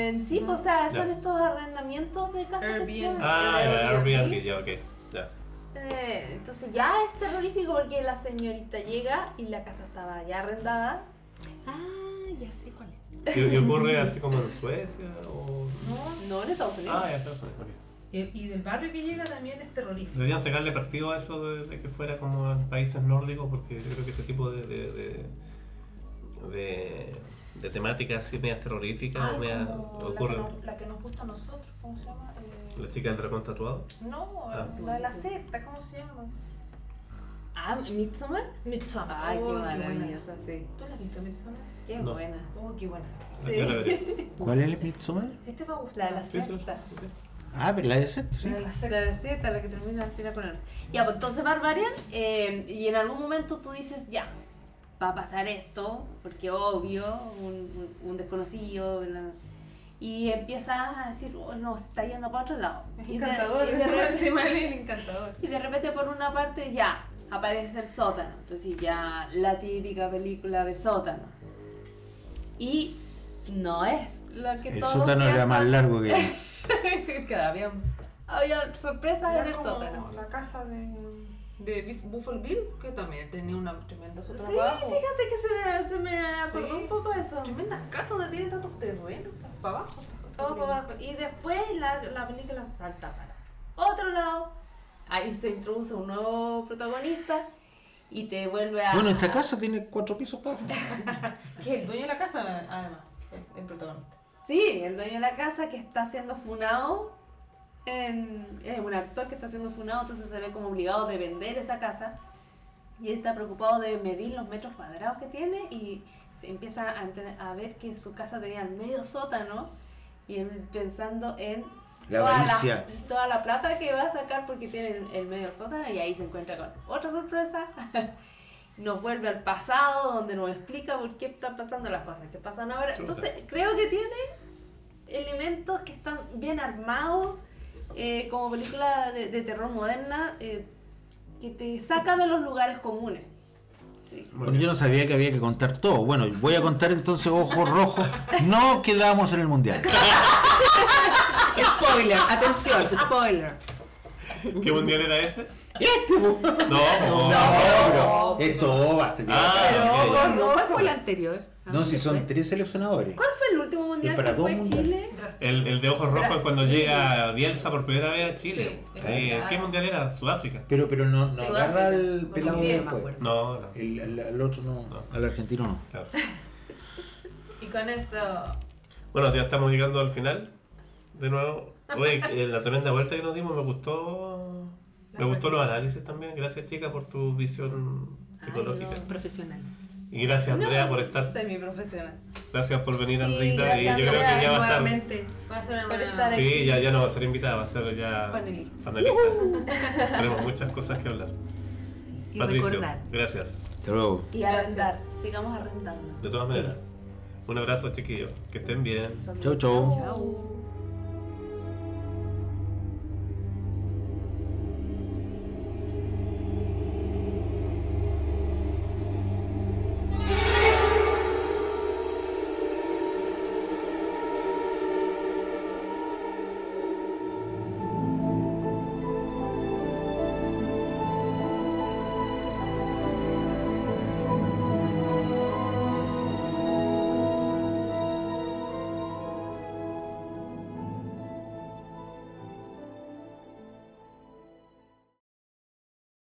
S3: Eh, sí, pues, o sea, son
S1: Ya.
S3: estos arrendamientos de casas que se
S4: Airbnb.
S3: llaman
S1: ah, ya, Airbnb, ya, ok. Ya.
S3: Eh, entonces ya es terrorífico porque la señorita llega y la casa estaba ya arrendada.
S2: Ah, ya sé cuál es.
S1: ¿Y, y ocurre así como en Suecia o...?
S4: No,
S3: No en Estados
S1: Ah, ya, pero son- ok.
S4: y, el- y del barrio que llega también es terrorífico.
S1: Deberían sacarle partido a eso de, de que fuera como en países nórdicos, porque yo creo que ese tipo de, de, de, de- de temáticas así medias terroríficas
S4: Ay,
S1: medias-
S4: como
S1: ocurren.
S4: La, que nos, la que nos gusta a nosotros, ¿cómo se llama? Eh,
S1: La chica del dragón tatuado.
S4: No,
S1: Ah.
S4: la de la secta, ¿cómo se llama?
S3: Ah, Midsommar.
S4: Midsommar.
S3: Ay, qué maravillosa,
S4: buena.
S3: sí.
S4: ¿Tú la has visto Midsommar?
S3: Qué
S1: No.
S3: buena.
S4: Oh, qué buena.
S3: Sí.
S1: Yo la veré.
S5: ¿Cuál es el Midsommar?
S4: Sí te va a gustar.
S3: La de la
S1: Sí, sí,
S3: sexta.
S1: sí.
S5: Ah, pero la de Seth, sí.
S3: La de la sexta, la de la sexta, la que termina al final con el... Ya, pues entonces Barbarian, eh, y en algún momento tú dices, ya, va a pasar esto, porque obvio, un, un- un desconocido, una- y empiezas a decir, oh, no, se está yendo para otro lado. Y de,
S4: Encantador. <laughs>
S3: y de repente-
S4: Encima él es encantador.
S3: Y de repente por una parte ya aparece el sótano. Entonces ya la típica película de sótano. Y no es lo que
S5: El
S3: todos
S5: sótano era
S3: piensan.
S5: más largo
S3: <laughs>
S5: que...
S3: que había, había sorpresas en
S4: Era
S3: el
S4: como
S3: sótano.
S4: La casa de, de Beef- Buffalo Bill, que también tenía una tremenda su
S3: Sí,
S4: trabajo.
S3: fíjate que se me, se me acordó
S4: Sí.
S3: un poco eso.
S4: Tremendas casas donde tienen tantos terrenos, para abajo. está-
S3: Todo por abajo. Y después la, la película salta para otro lado. Ahí se introduce un nuevo protagonista y te vuelve a...
S5: Bueno, esta casa tiene cuatro pisos para abajo.
S4: Que es el dueño de la casa, además, el, el protagonista.
S3: Sí, el dueño de la casa que está siendo funado, en, es un actor que está siendo funado, entonces se ve como obligado de vender esa casa. Y él está preocupado de medir los metros cuadrados que tiene y se empieza a, ente- a ver que su casa tenía el medio sótano y él pensando en
S5: La
S3: toda
S5: avaricia.
S3: toda la plata que va a sacar porque tiene el- el medio sótano y ahí se encuentra con otra sorpresa. Nos vuelve al pasado donde nos explica por qué están pasando las cosas que pasan ahora.
S1: Chuta.
S3: Entonces creo que tiene elementos que están bien armados eh, como película de, de terror moderna eh, que te saca de los lugares comunes. Sí.
S1: Muy
S5: Bueno, yo
S1: bien.
S5: no sabía que había que contar todo. Bueno, voy a contar entonces Ojos Rojos. No quedamos en el Mundial.
S2: Spoiler, atención, spoiler.
S1: ¿Qué mundial era ese?
S5: Este, po.
S1: No, no,
S5: No, pero esto OVA. te digo.
S1: Ah,
S2: Pero
S1: ok.
S2: ¿cuál- ¿cuál fue el anterior? Ah,
S5: No, si son
S2: fue?
S5: tres seleccionadores.
S3: ¿Cuál fue el último mundial
S5: para
S3: que
S5: dos
S3: fue
S5: mundiales.
S3: Chile?
S1: El, el de ojos rojos es cuando
S4: Brasil.
S1: llega Bielsa por primera vez a Chile.
S4: Sí,
S1: Eh,
S4: claro.
S1: ¿Qué mundial era? Sudáfrica.
S5: Pero, pero no, no
S2: Sudáfrica.
S5: agarra al
S2: No,
S5: pelado
S2: sí, me
S5: después.
S2: acuerdo.
S1: No, no.
S5: El, al, al otro no,
S1: No.
S5: al argentino no.
S1: claro.
S4: Y con eso.
S1: Bueno, ya estamos llegando al final. De nuevo. Oye, eh, la tremenda vuelta que nos dimos me gustó. Me gustó los análisis también. Gracias, chica, por tu visión psicológica.
S3: no.
S2: Profesional.
S1: Y gracias, Andrea, por estar.
S3: Semiprofesional.
S1: Gracias por venir,
S3: Sí,
S1: Andrita. Y yo
S3: gracias,
S1: creo que ya va a estar.
S2: Nuevamente.
S4: Voy a hacer
S3: Por
S4: una.
S3: estar aquí.
S1: Sí, ya, ya no va a ser invitada, va a ser ya
S3: Panelista.
S1: panelista. Tenemos muchas cosas que hablar.
S2: Y
S1: Patricio,
S2: recordar.
S1: gracias.
S5: Hasta luego.
S3: Y a
S4: Gracias.
S3: rentar. Sigamos arrendando.
S1: De todas maneras, un abrazo, chiquillos. Que estén bien.
S5: Chau, chau.
S2: Chao.